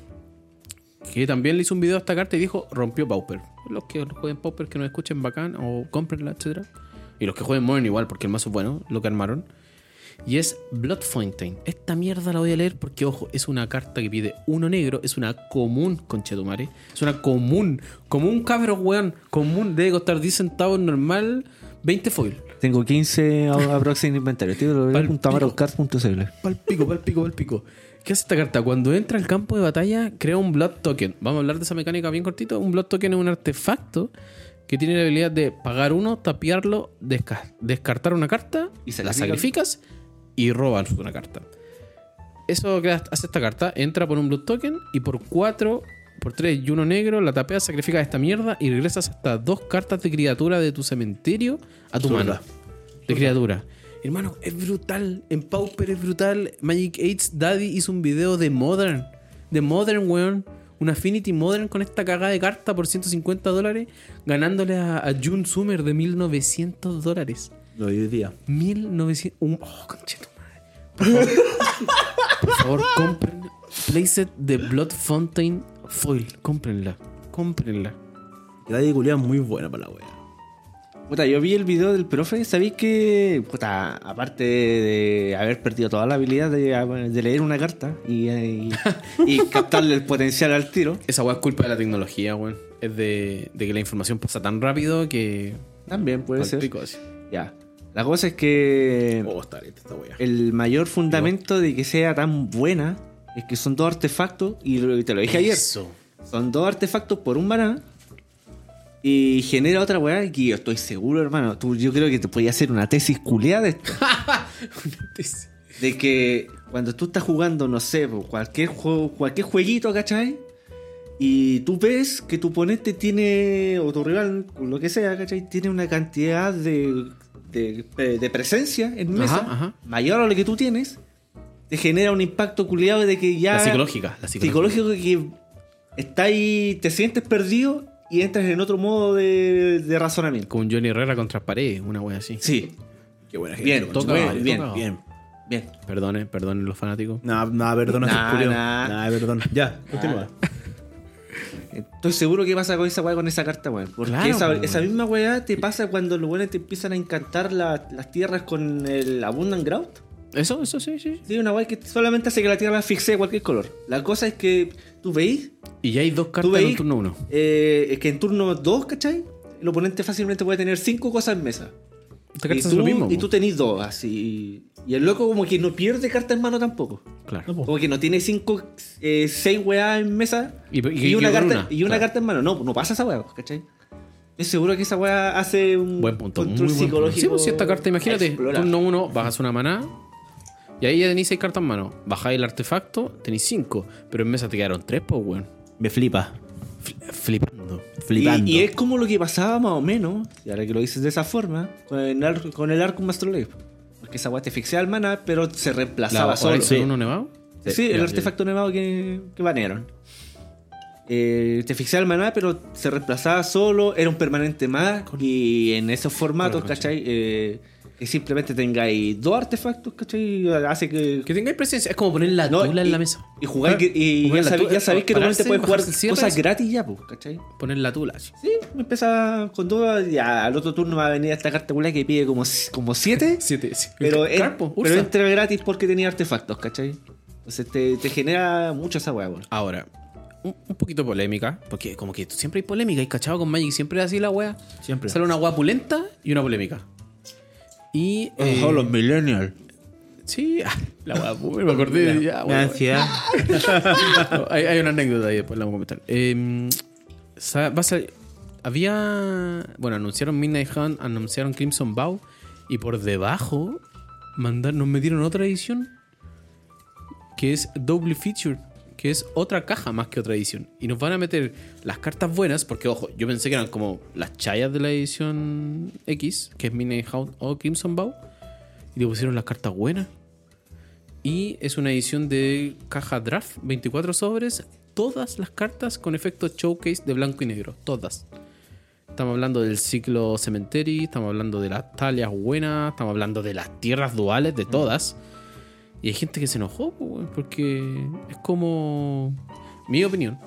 que también le hizo un video a esta carta y dijo, rompió Pauper. Los que jueguen Pauper, que nos escuchen bacán, o cómprenla, etc. Y los que jueguen Modern igual, porque el mazo es bueno, lo que armaron. Y es Blood Fountain. Esta mierda la voy a leer porque, ojo, es una carta que pide uno negro, es una común, conchetumare. Es una común, común cabro, weón, común. Debe costar 10 centavos normal, 20 foil.
Tengo 15 a- aprox en inventario. Tío, lo
Pal
veo en tamarocard.cl.
Pal pico, pal pico, pal pico. ¿Qué hace esta carta? Cuando entra al campo de batalla, crea un Blood Token. Vamos a hablar de esa mecánica bien cortito. Un Blood Token es un artefacto que tiene la habilidad de pagar uno, tapiarlo, desca- descartar una carta,
Y
la
sacrifica.
sacrificas y robas una carta. Eso que hace esta carta. Entra por un Blood Token y por 4, por 3 y uno negro, la tapeas, sacrificas esta mierda y regresas hasta dos cartas de criatura de tu cementerio a tu mano. De criatura. Hermano, es brutal. En Pauper es brutal. Magic 8 Daddy hizo un video de Modern. De Modern, weón. Un Affinity Modern con esta cagada de carta por 150 dólares. Ganándole a, a June Summer de 1900 dólares.
Lo vi hoy día.
1900. un- oh, conchetumadre. Por favor, por favor, compren playset de Blood Fountain Foil. Cómprenla. Cómprenla.
Daddy culia es muy buena para la wea.
Puta, yo vi el video del profe. ¿Sabéis que, puta, aparte de, de haber perdido toda la habilidad de, ah, de leer una carta y, eh, y- y captarle el potencial al tiro,
Esa weá es culpa de la tecnología, weón. Es de, de que la información pasa tan rápido que.
también puede
Pal
ser.
pico, así.
Ya. La cosa es que.
Oh, está lenta esta wea.
el mayor fundamento de que sea tan buena es que son dos artefactos, y lo- te lo dije ayer,
Eso.
son dos artefactos por un maná y genera otra weá que yo estoy seguro, hermano, tú, yo creo que te podía hacer una tesis culeada de esto, de que cuando tú estás jugando, no sé, po, cualquier juego, cualquier jueguito, ¿cachai? Y tú ves que tu oponente tiene, o tu rival, lo que sea, ¿cachai? Tiene una cantidad de, de- de presencia en mesa
Ajá, ajá.
mayor a lo que tú tienes, te genera un impacto culiado de que ya...
La psicológica, la psicológica.
psicológico que está ahí, te sientes perdido y entras en otro modo de, de razonamiento.
Con Johnny Herrera contra paredes, una wea así.
Sí,
Qué buena gente.
Bien,
concha
toca,
madre.
bien,
Toca, bien.
bien.
Perdonen, perdonen los fanáticos.
Nada, nada, perdón,
Nah,
nah, culio.
nah.
Nada, perdón. Ya, continúa.
Estoy seguro que pasa con esa weá, con esa carta, weón. Porque
Claro,
esa,
weón.
esa misma weá te pasa cuando los weones te empiezan a encantar la- las tierras con el Abundant Ground.
Eso, eso sí, sí.
Sí, una weá que solamente hace que la tierra fixe de cualquier color. La cosa es que tú veis
Y ya hay dos
Tú
cartas
veis
en un turno uno.
eh, es que en turno 2, ¿cachai? El oponente fácilmente puede tener 5 cosas en mesa.
Esta
Y
carta es lo
tú,
mismo.
y tú tenés dos, así. Y el loco como que no pierde carta en mano tampoco.
Claro.
Como que no tiene cinco, eh, seis weas en mesa
Y-
y,
y- y
una,
con
carta,
una,
y una
claro.
carta en mano. No, no pasa esa wea, ¿cachai? Estoy seguro que esa wea hace un
Buen punto. Muy
control
buen punto.
psicológico.
Sí, pues si esta carta, imagínate,
Explorar.
turno uno, bajas una maná. Y ahí ya tenéis seis cartas en mano. Bajáis el artefacto, tenéis cinco. Pero en mesa te quedaron tres, pues, weón.
Me flipa.
Fli- Flipando.
Flipando.
Y, y es como lo que pasaba más o menos, y ahora que lo dices de esa forma, con el, Ar- con el Arcum Astrolabe. Porque esa wea te fixea el mana, pero se reemplazaba
La,
solo.
solo.
Sí,
uno nevado?
Sí,
el
ya,
artefacto nevado que, que banearon. eh, te fixaba el maná, pero se reemplazaba solo, era un permanente más. Y en esos formatos,
Con la
¿cachai? Eh, que simplemente tengáis dos artefactos, ¿cachai? Hace que.
Que tengáis presencia. Es como poner la
no,
tula
y-
en la mesa.
Y jugáis que- y
Jugar
ya,
la
sabéis-
tula,
ya sabéis que
pararse,
normalmente puedes jugar
bajarse el cierre,
cosas
eso.
gratis ya, pues, ¿cachai?
Poner la tula. así.
Sí, me empezaba con duda. Ya al otro turno me va a venir esta carta culé que pide como, como siete.
Siete, sí.
Pero,
Car-
en-
Carpo,
pero
Ursa.
entra gratis porque tenía artefactos, ¿cachai? Entonces te, te genera mucho esa hueá, pues. weón.
Ahora, un, un poquito polémica, porque como que siempre hay polémica, y cachado con Magic siempre es así la wea.
Siempre.
Sale una wea pulenta y una polémica. Y. eh,
Oh, los millennials.
Sí, ah, la wea boomer, me acordé. de- ya,
Me da
wea,
ansiedad.
No, hay, hay una anécdota ahí, después la vamos a comentar. Eh, sa- va a salir- había. Bueno, anunciaron Midnight Hunt, anunciaron Crimson Bow, y por debajo mandar, nos metieron otra edición que es Double Feature, que es otra caja más que otra edición. Y nos van a meter las cartas buenas, porque ojo, yo pensé que eran como las chayas de la edición X, que es Midnight Hunt o Crimson Bow, y le pusieron las cartas buenas. Y es una edición de caja draft, 24 sobres, todas las cartas con efecto showcase de blanco y negro, todas. Estamos hablando del ciclo cementerio, estamos hablando de las talias buenas, estamos hablando de las tierras duales, de todas. Y hay gente que se enojó, po, weón, porque es como mi opinión.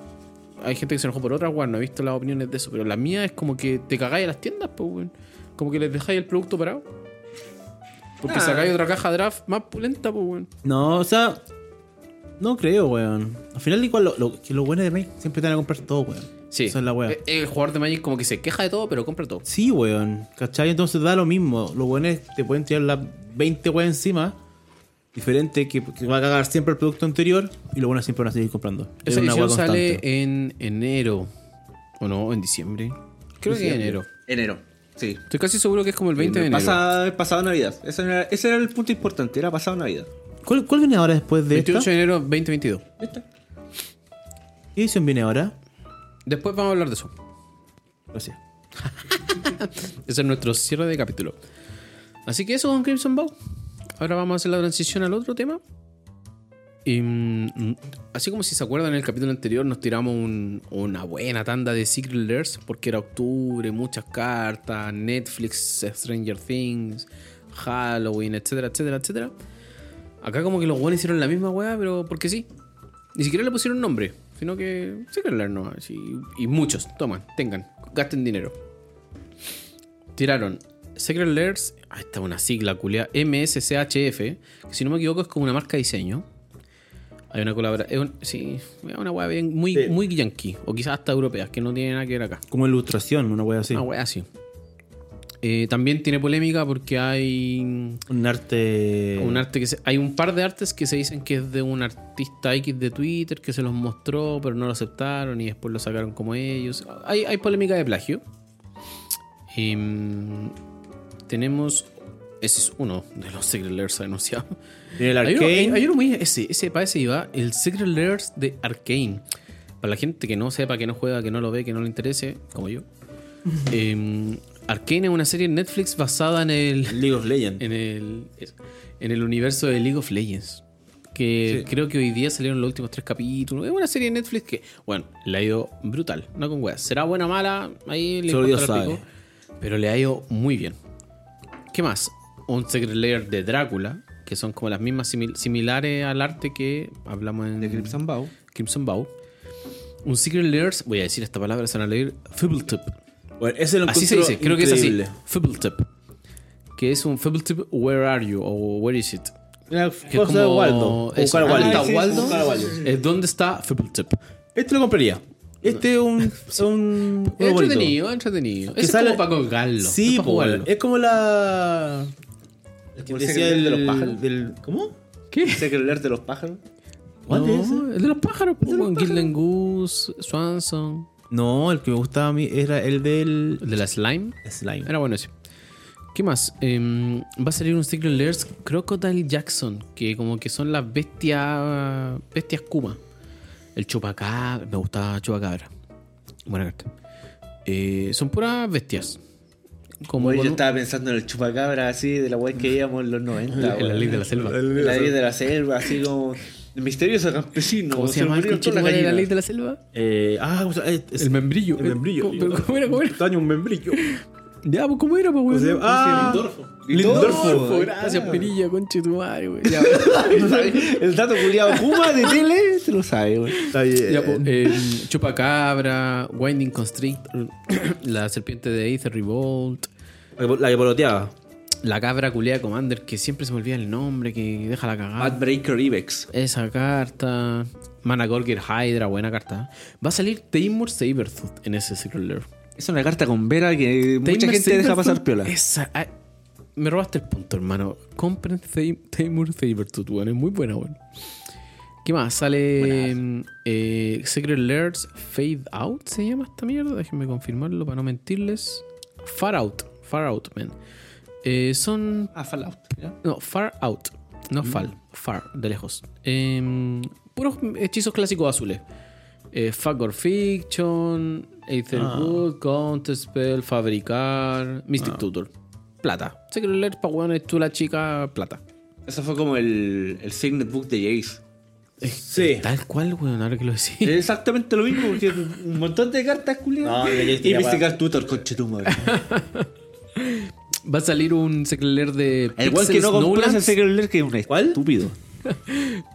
Hay gente que se enojó por otras, weón, no he visto las opiniones de eso, pero la mía es como que te cagáis a las tiendas, pues, weón. Como que les dejáis el producto parado. Porque
Ah.
sacáis otra caja draft más pulenta, pues, weón.
No, o sea. No creo, weón. Al final, igual, lo, lo- que los buenos de Magic siempre te van a comprar todo, weón.
Sí.
Esa es la weón.
Eh, El, jugador de Magic como que se queja de todo, pero compra todo.
Sí, weón. ¿Cachai? Entonces da lo mismo. Los weones te pueden tirar las 20 weón encima. Diferente que, que va a cagar siempre el producto anterior. Y los buenos siempre van a seguir comprando. Es
Esa
una weá
edición sale
constante.
en enero. ¿O no? ¿En diciembre? Creo que en
Diciembre.
enero.
Enero. Sí.
Estoy casi seguro que es como el 20 de enero.
Pasa- pasado Navidad. Ese era, ese era el punto importante, era pasado Navidad.
¿Cuál, cuál viene ahora después de
28
esta?
de enero 2022.
Ya está.
¿Qué edición viene ahora?
Después vamos a hablar de eso.
Gracias.
Ese es nuestro cierre de capítulo. Así que eso con Crimson Bow. Ahora vamos a hacer la transición al otro tema. Y, mm, así como si se acuerdan, en el capítulo anterior nos tiramos un- una buena tanda de Secret Lairs porque era octubre, muchas cartas, Netflix, Stranger Things, Halloween, etcétera, etcétera, etcétera. Acá como que los buenos hicieron la misma weá, pero porque sí. Ni siquiera le pusieron nombre, sino que Secret Lair no. así- y muchos, toman, tengan, gasten dinero. Tiraron Secret Lairs, ahí está una sigla culia, MSCHF, que si no me equivoco es como una marca de diseño. Hay una colaboración, sí, es una weá bien, muy,
Sí.
muy yankee, o quizás hasta europea, que no tiene nada que ver acá.
Como ilustración, una weá así.
Una weá así. Eh, también tiene polémica porque hay
Un arte.
un arte que se- hay un par de artes que se dicen que es de un artista X de Twitter que se los mostró, pero no lo aceptaron y después lo sacaron como ellos. Hay, hay polémica de plagio. Em, tenemos. Ese es uno de los Secret Lairs anunciados.
Tiene el
Hay uno- Hay,
arcane.
hay uno muy. Ese, ese para ese iba. El Secret Lairs de Arcane. Para la gente que no sepa, que no juega, que no lo ve, que no le interese, como yo. Em, Arcane es una serie en Netflix basada en el
League of Legends.
en el, en el universo de League of Legends. Que
Sí.
creo que hoy día salieron los últimos tres capítulos. Es una serie de Netflix que, bueno, le ha ido brutal, no con weas. Será buena o mala, ahí le
Solo Dios
importa el
sabe.
Pero le ha ido muy bien. ¿Qué más? Un Secret Layer de Drácula, que son como las mismas simil- similares al arte que hablamos en
De Crimson Bow.
Crimson Bow. Un Secret Layers, voy a decir esta palabra, se van a leer Fibbletop.
Bueno, ese lo
Así se dice,
encuentro
creo que es así.
increíble.
Fibbletop. Que es un Fibbletop, where are you? O where is it?
Una
Que
cosa de
como-
Waldo.
eso.
Buscar a
Ah,
Waldo.
está Waldo.
Buscar a Waldo.
Es ¿Dónde está Fibbletop?
Este lo compraría. Este es un. un
Es
juego bonito.
entretenido, es entretenido.
Que
Eso
sale-
es como para colgarlo.
Sí,
es
po, eh,
para jugarlo.
es como la. El que
Como el
decía
secreto
el
de los pájaros.
del- ¿Cómo?
¿Qué?
Secret Lair de los pájaros.
¿Cuál es
No, es de los pájaros.
de los
Con Gilden Goose, Swanson.
No, el que me gustaba a mí era el del.
El de la Slime.
Slime.
Era bueno ese. ¿Qué más? Em, va a salir un Secret Lairs Crocodile Jackson, que como que son las bestias bestias Kuma. El chupacabra, me gustaba chupacabra. Buena carta. Eh, son puras bestias. Como
Weón,
con
yo
un-
estaba pensando en el chupacabra así, de la weá que íbamos en los 90.
en la
weón.
ley de la selva.
En la ley de la selva, así como. Misterioso campesino.
¿Cómo se llama el
murieron todas
conchito
las
de la
gallinas.
ley de la selva?
Eh, ah, o sea, eh, es-
El membrillo.
El membrillo.
¿Cómo- pero cómo era, cómo era?
Daño un membrillo.
Ya, pues, ¿cómo era, pues,
O sea,
weón?
ah,
Lindorfo.
Lindorfo.
Lindorfo,
Ahí
gracias,
está.
Perilla, conche tu madre, güey. Ya,
El dato culiado Kuma de tele se lo sabe, güey.
Está bien.
ya, pues, em, Chupacabra, Winding Constrictor, la serpiente de Aether Revolt,
La que- La que poloteaba.
la cabra culia Commander, que siempre se me olvida el nombre, que deja la
Ah.
cagada.
Breaker Ibex.
Esa carta. Mana Gorgir Hydra, buena carta. Va a salir Tamer Sabertooth en ese Secret Lair.
Es una carta con vera que mucha
Tamer
gente deja
Sabertooth,
pasar piola.
Esa. ah, me robaste el punto, hermano. Compren Tamer Sabertooth, weón. Es muy buena, weón. ¿Qué más? Sale eh, Secret Lairs Fade Out, se llama esta mierda. Déjenme confirmarlo para no mentirles. Far Out. Far Out, man. Eh, son
Ah, Fallout. ¿ya?
no, Far Out. No Fal. Far, de lejos. Em, puros hechizos clásicos azules. Eh, Fagor Fiction, Aether Good, Counterspell, Fabricar, Mystic Tutor. Plata. Secret Alert para hueones, tú la chica, plata.
Eso fue como el, el Signet Book de Jace.
Sí.
Tal cual, weón, ahora que lo decís.
Es exactamente lo mismo, porque un montón de cartas culiadas.
No, de Jace
y
ya
Mystic
va.
Art Tutor, coche tu madre.
Va a salir un Secret Alert de
El igual que no compras el
Snowlands.
Secret Lair, que es un
¿Cuál?
estúpido.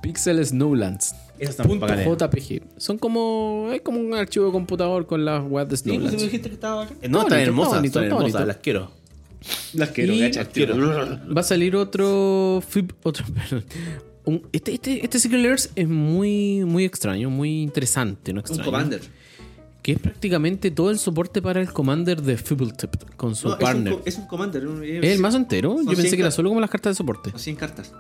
Pixel Snowlands.
Esas tampoco
Punto
gané.
JPG. Son como. Es como un archivo de computador con las web de Snowlands.
dijiste que estaba acá.
Eh, No,
Está bonito,
están
está
hermosas,
bonito,
están
está bonito.
hermosas, las quiero.
Las quiero,
Y-
cachas, tío.
Va a salir otro. flip- otro perdón. Un- este, este, este Secret Layers es muy, muy extraño, muy interesante. No
Un
extraño,
Commander.
Que es prácticamente todo el soporte para el Commander de Fibbletipped con su
No, es un
partner.
co- Es un Commander. un-
¿Es el mazo entero? Yo
Son
pensé
cien
que era
cartas.
solo como las cartas de soporte.
Son 100 cartas.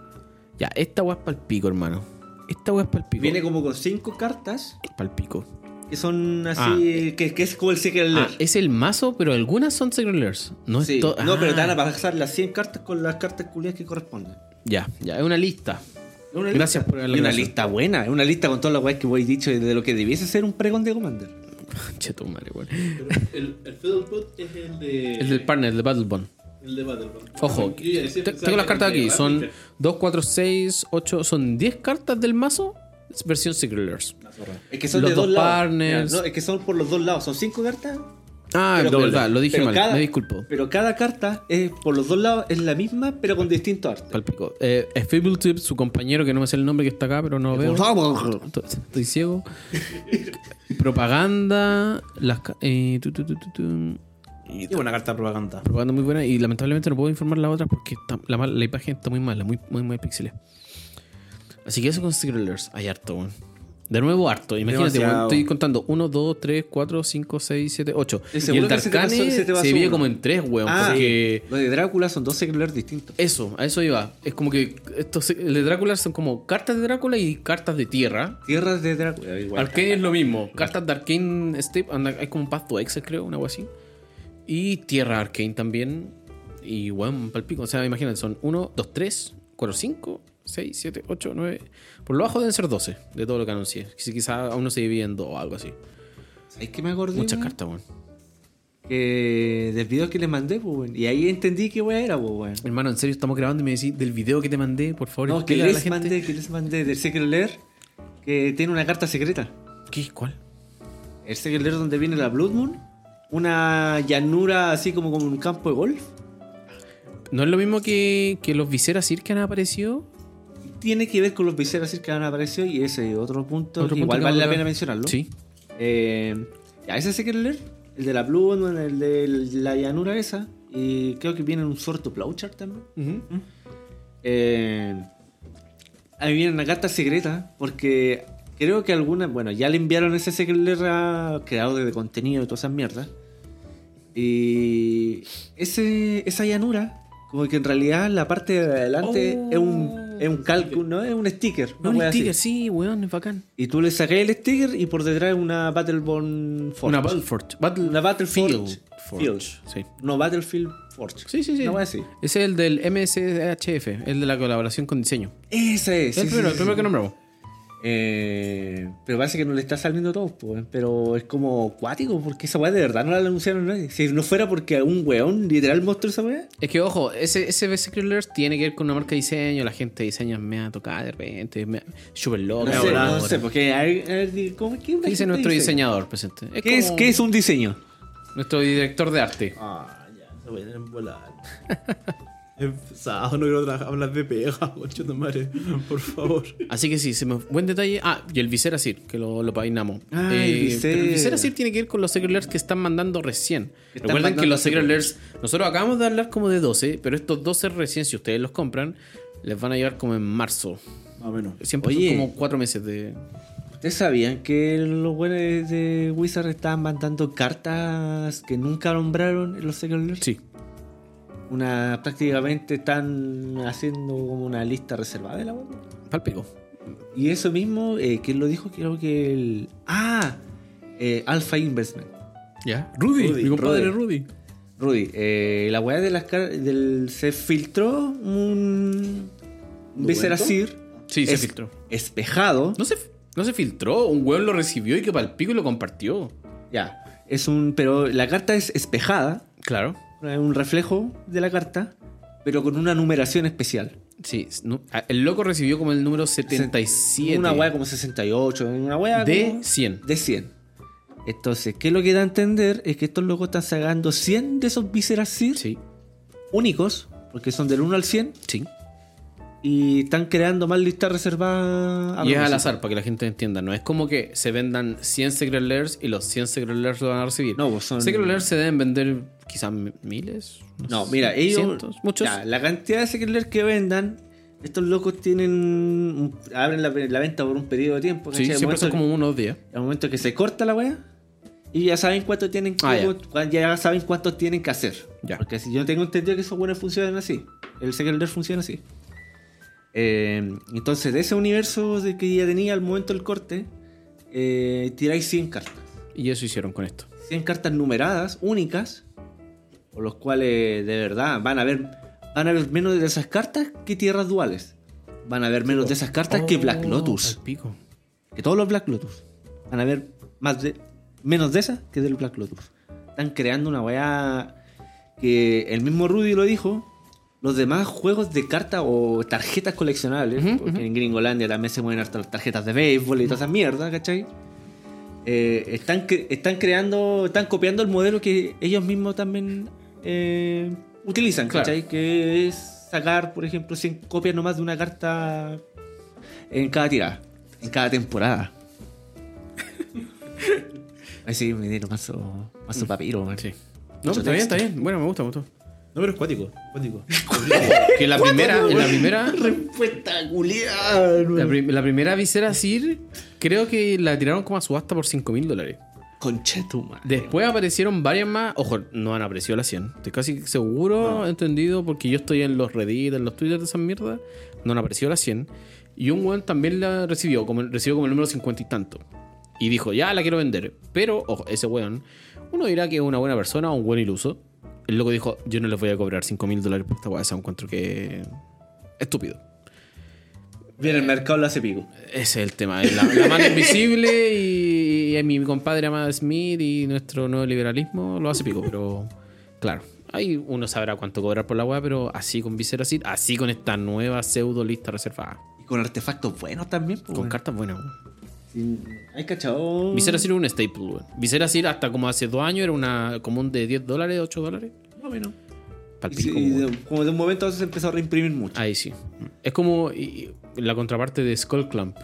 Ya, esta weá es pa'l pico, hermano. Esta weá es pa'l pico.
Viene como con 5 cartas
Pa'l pico.
que son así.
Ah.
que, que es como el Secret Lair.
Ah, es el mazo, pero algunas son Secret Layers. No es
Sí.
to-
No, pero
Ah,
te van a pasar las 100 cartas con las cartas culiadas que corresponden.
Ya, ya, es una lista.
Es una
Gracias
lista.
por
Es
la
una
aclaración.
lista buena. Es una lista con todas las weas que voy dicho de lo que debiese ser un pregón de Commander.
Che, tu madre, weón.
Pero el, el Fiddlepot es el de.
El del partner, el de Battle Bond.
El de Battlebond.
Ojo,
Yo ya decía,
te-
pensaba
tengo las
que
cartas
era el
aquí.
de
Son
Battle.
2, 4, 6, 8. Son 10 cartas del mazo. es Versión Secret Lairs.
Es que son
Los
de
dos
dos, lados.
partners.
Mira, no, es que son por los dos lados. Son 5 cartas.
Ah,
Pero-
verdad, lo dije
pero
mal.
cada-
Me disculpo.
Pero cada carta es por los dos lados es la misma, pero con distinto arte.
Palpico. Eh, es Fibletip, su compañero, que no me sé el nombre que está acá, pero
Eh,
no lo veo. Estoy, estoy ciego. Propaganda. Las, ca- eh, tu, tu, tu, tu, tu.
Y una carta de propaganda.
Propaganda muy buena. Y lamentablemente no puedo informar la otra porque está- la, mal- la imagen está muy mala, muy, muy, muy pixelada. Así que eso con Secret Layers. Hay harto, weón. De nuevo, harto. Imagínate,
Demasiado.
weón, estoy contando 1, 2, 3, 4, 5, 6, 7, 8.
Estoy
Y
seguro
el
que se te
Darkane
pasó- se
se,
te pasó
divide
uno.
como en 3, weón.
Ah,
porque
los de Drácula son dos Secret Lair distintos.
eso, a eso iba. Es como que estos, el de Drácula son como cartas de Drácula y cartas de tierra.
Tierras de Drácula. igual.
Arcane es lo mismo. Cartas de Arcane Step. anda- Hay como un Path to Exile, creo, una algo así. Y Tierra Arcane también. Y weón, palpico. O sea, imagínate, son 1, 2, 3, 4, 5, 6, 7, 8, 9. Por lo bajo deben ser 12 de todo lo que anuncié. Si quizá aún no se divide en dos o algo así.
¿Sabes qué me acordé?
Muchas
weón?
cartas, weón.
Que del video que les mandé, pues, weón. Y ahí entendí qué weá era, pues, weón.
Hermano, en serio, estamos grabando y me decís del video que te mandé, por favor.
No, que
explícale a la
les
gente.
mandé, que les mandé del Secret Lair, que tiene una carta secreta.
¿Qué? ¿Cuál?
El Secret Lair donde viene la Blood Moon, una llanura así como como un campo de golf.
¿No es lo mismo que, que los Viseras Sir que han aparecido?
Tiene que ver con los viseras que han aparecido y ese otro punto
Otro
que
punto
igual
que
vale
vamos a
la
tocar.
pena mencionarlo.
Sí.
Eh, ya, ese Secret Lair, el de la Blue Moon, el de la llanura esa, y creo que viene un sorto Plowchart también. Eh, a mí viene una carta secreta, porque creo que algunas, bueno, ya le enviaron ese Secret Lair a creadores de contenido y todas esas mierdas. Y ese, esa llanura, como que en realidad la parte de adelante
Oh.
es un, es un cálculo, ¿no? Es un sticker. una
No, un
wea así.
sticker, sí, weón, es bacán.
Y tú le sacas el sticker y por detrás una Battleborn Forge.
Una Battleforge. Battle
Una Battlefield.
Field Forge.
Field.
Sí.
No, Battlefield Forge.
Sí, sí, sí.
No voy a decir.
Ese es el del MSHF, el de la colaboración con diseño.
Ese es.
el
sí,
primero, el
sí, sí,
primero
sí.
que nombramos.
Eh, pero parece que no le está saliendo todo, pues, pero es como cuático, porque esa weá de verdad no la anunciaron a nadie. Si no fuera porque un weón literal mostró esa weá.
Es que, ojo, ese, ese BC Killer tiene que ver con una marca de diseño. La gente de diseño me ha tocado de repente. Me ha... Súper
No,
loca.
sé,
ahora.
no sé, porque a ver, a ver, di- ¿cómo, ¿qué,
¿Qué dice nuestro
diseño?
diseñador presente? Es
¿Qué, es,
como
¿Qué es un diseño?
Nuestro director de arte.
Ah, ya, se voy a tener volar. He pesado, no quiero trabajar, hablar de pega, concha de madre, por favor.
Así que sí, se me- buen detalle. Ah, y el Visera Sir, que lo, lo peinamos.
Ah, el
pero el
Visera.
Visera Sir tiene que ver con los Secret Layers que están mandando recién.
Que están
Recuerden que
mandando
los Secret
secret.
Layers, nosotros acabamos de hablar como de 12, pero estos 12 recién, si ustedes los compran, les van a llegar como en marzo.
Más o menos.
Siempre
Oye.
son como 4 meses de.
¿Ustedes sabían que los buenos de Wizard estaban mandando cartas que nunca nombraron en los Second Lair?
Sí.
Una, prácticamente están haciendo como una lista reservada de la banda.
Palpico.
Y eso mismo, eh, ¿quién lo dijo? Creo que el. ¡Ah! eh, Alpha Investment.
¿Ya? Rudy,
Rudy,
mi compadre Rudy.
Rudy. Rudy, eh, la weá de las car- del se filtró un. Un Beceracir.
Sí, se filtró.
Espejado.
No se, no se filtró, un weón lo recibió y que palpico y lo compartió.
Ya. Es un. Pero la carta es espejada.
Claro.
Es un reflejo de la carta, pero con una numeración especial.
Sí, no- ah, el loco recibió como el número 77
Una hueá como 68, una hueá
de
como
100.
de 100. Entonces, ¿qué es lo que da a entender? Es que estos locos están sacando 100 de esos Viseras Sir
Sí,
únicos, porque son del 1 al 100,
sí.
y están creando más listas reservadas.
Y es al
propósito.
azar, para que la gente entienda. No es como que se vendan 100 Secret Layers y los 100 Secret Layers lo van a recibir.
No, pues son-
Secret Layers se deben vender quizás mi- miles.
No,
sé,
mira, ellos.
cientos, muchos.
Ya, la cantidad de Secret Lair que vendan, estos locos tienen. un- abren la, la venta por un periodo de tiempo.
sí,
¿cachai? Al
siempre son
momento-
como unos días.
al momento que se corta la wea y ya saben cuánto tienen que,
Ah, ya.
cua- ya. saben cuánto tienen que hacer
Ya.
porque si yo tengo entendido que esos weones funcionan así el Secret Lair funciona así Eh, entonces de ese universo de que ya tenía al momento del corte eh, tiráis 100 cartas
Y eso hicieron con esto.
100 cartas numeradas únicas por los cuales de verdad van a haber van a haber menos de esas cartas que tierras duales van a haber menos de esas cartas que Black
Oh,
Lotus
palpico.
que todos los Black Lotus van a ver más de, menos de esas que del Black Lotus. Están creando una weá que el mismo Rudy lo dijo. Los demás juegos de cartas o tarjetas coleccionables,
Ujú,
porque en Gringolandia también se mueven hasta las tarjetas de béisbol y todas esas mierdas, ¿cachai? Eh, están, cre- están creando, están copiando el modelo que ellos mismos también eh, utilizan,
Claro.
¿cachai? Que es sacar, por ejemplo, 100 copias nomás de una carta en cada tirada, en cada temporada. Ay, sí, me dieron más su, más su papiro, man.
Mm. Sí. No, está bien, está bien. Bueno, me gusta, me gustó.
No, pero es cuático, cuático.
Que la primera, en la primera,
Respuesta culiada,
la, prim- la primera visera Sir, creo que la tiraron como a subasta por 5 mil dólares.
Conchetuma.
Después aparecieron varias más. Ojo, no han aparecido las 100. Estoy casi seguro, entendido, porque yo estoy en los Reddit, en los Twitter de esas mierdas. No han aparecido las 100. Y un weón también la recibió, como, recibió como el número 50 y tanto. Y dijo, ya la quiero vender. Pero, ojo, ese weón, uno dirá que es una buena persona o un buen iluso. El loco dijo, yo no les voy a cobrar 5 mil dólares por esta weá. Se encuentro que. Estúpido.
Bien, el mercado lo hace pico.
Ese es el tema. La, la mano invisible y, y mi compadre Amada Smith y nuestro nuevo liberalismo lo hace pico, pero claro. Ahí uno sabrá cuánto cobrar por la weá, pero así con Visera Sid, así con esta nueva pseudo lista reservada.
Y con artefactos buenos también, pues.
Con
weón.
cartas buenas.
Sí, Ay, cachao.
Visera Sid era un staple, weón. Visera Sid hasta como hace dos años era una común de 10 dólares, 8 dólares.
Más o menos.
Pa'l
Y
pico,
sí,
weón.
de- como de un momento a otro se empezó a reimprimir mucho.
Ahí sí. Es como y- y la contraparte de Skullclamp.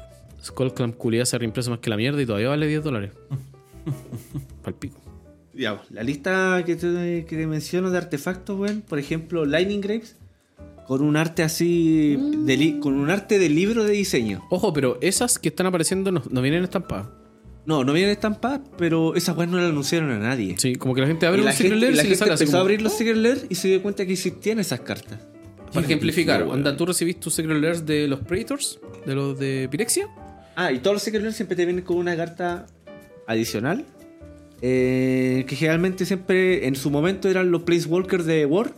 Skullclamp culiada se ha reimpreso más que la mierda y todavía vale 10 dólares. Pal pico.
Ya, pues, la lista que te, que te menciono de artefactos, weón, por ejemplo, Lightning Grapes, con un arte así, de li- con un arte de libro de diseño.
Ojo, pero esas que están apareciendo no, no vienen estampadas.
No, no vienen estampadas, pero esas weas no las anunciaron a nadie.
Sí, como que la gente
Y
abre un
la gente,
Secret Lair
y
y
la
se le
gente
sale así
empezó
como,
a abrir los Secret Lair y se dio cuenta que existían esas cartas.
Para ejemplificar,
Weón.
eh.
onda, tú recibís tus Secret Lairs de los Predators, de los de Pirexia.
Ah, y todos los Secret Lair siempre te vienen con una carta adicional. eh, que generalmente siempre en su momento eran los Walkers de War,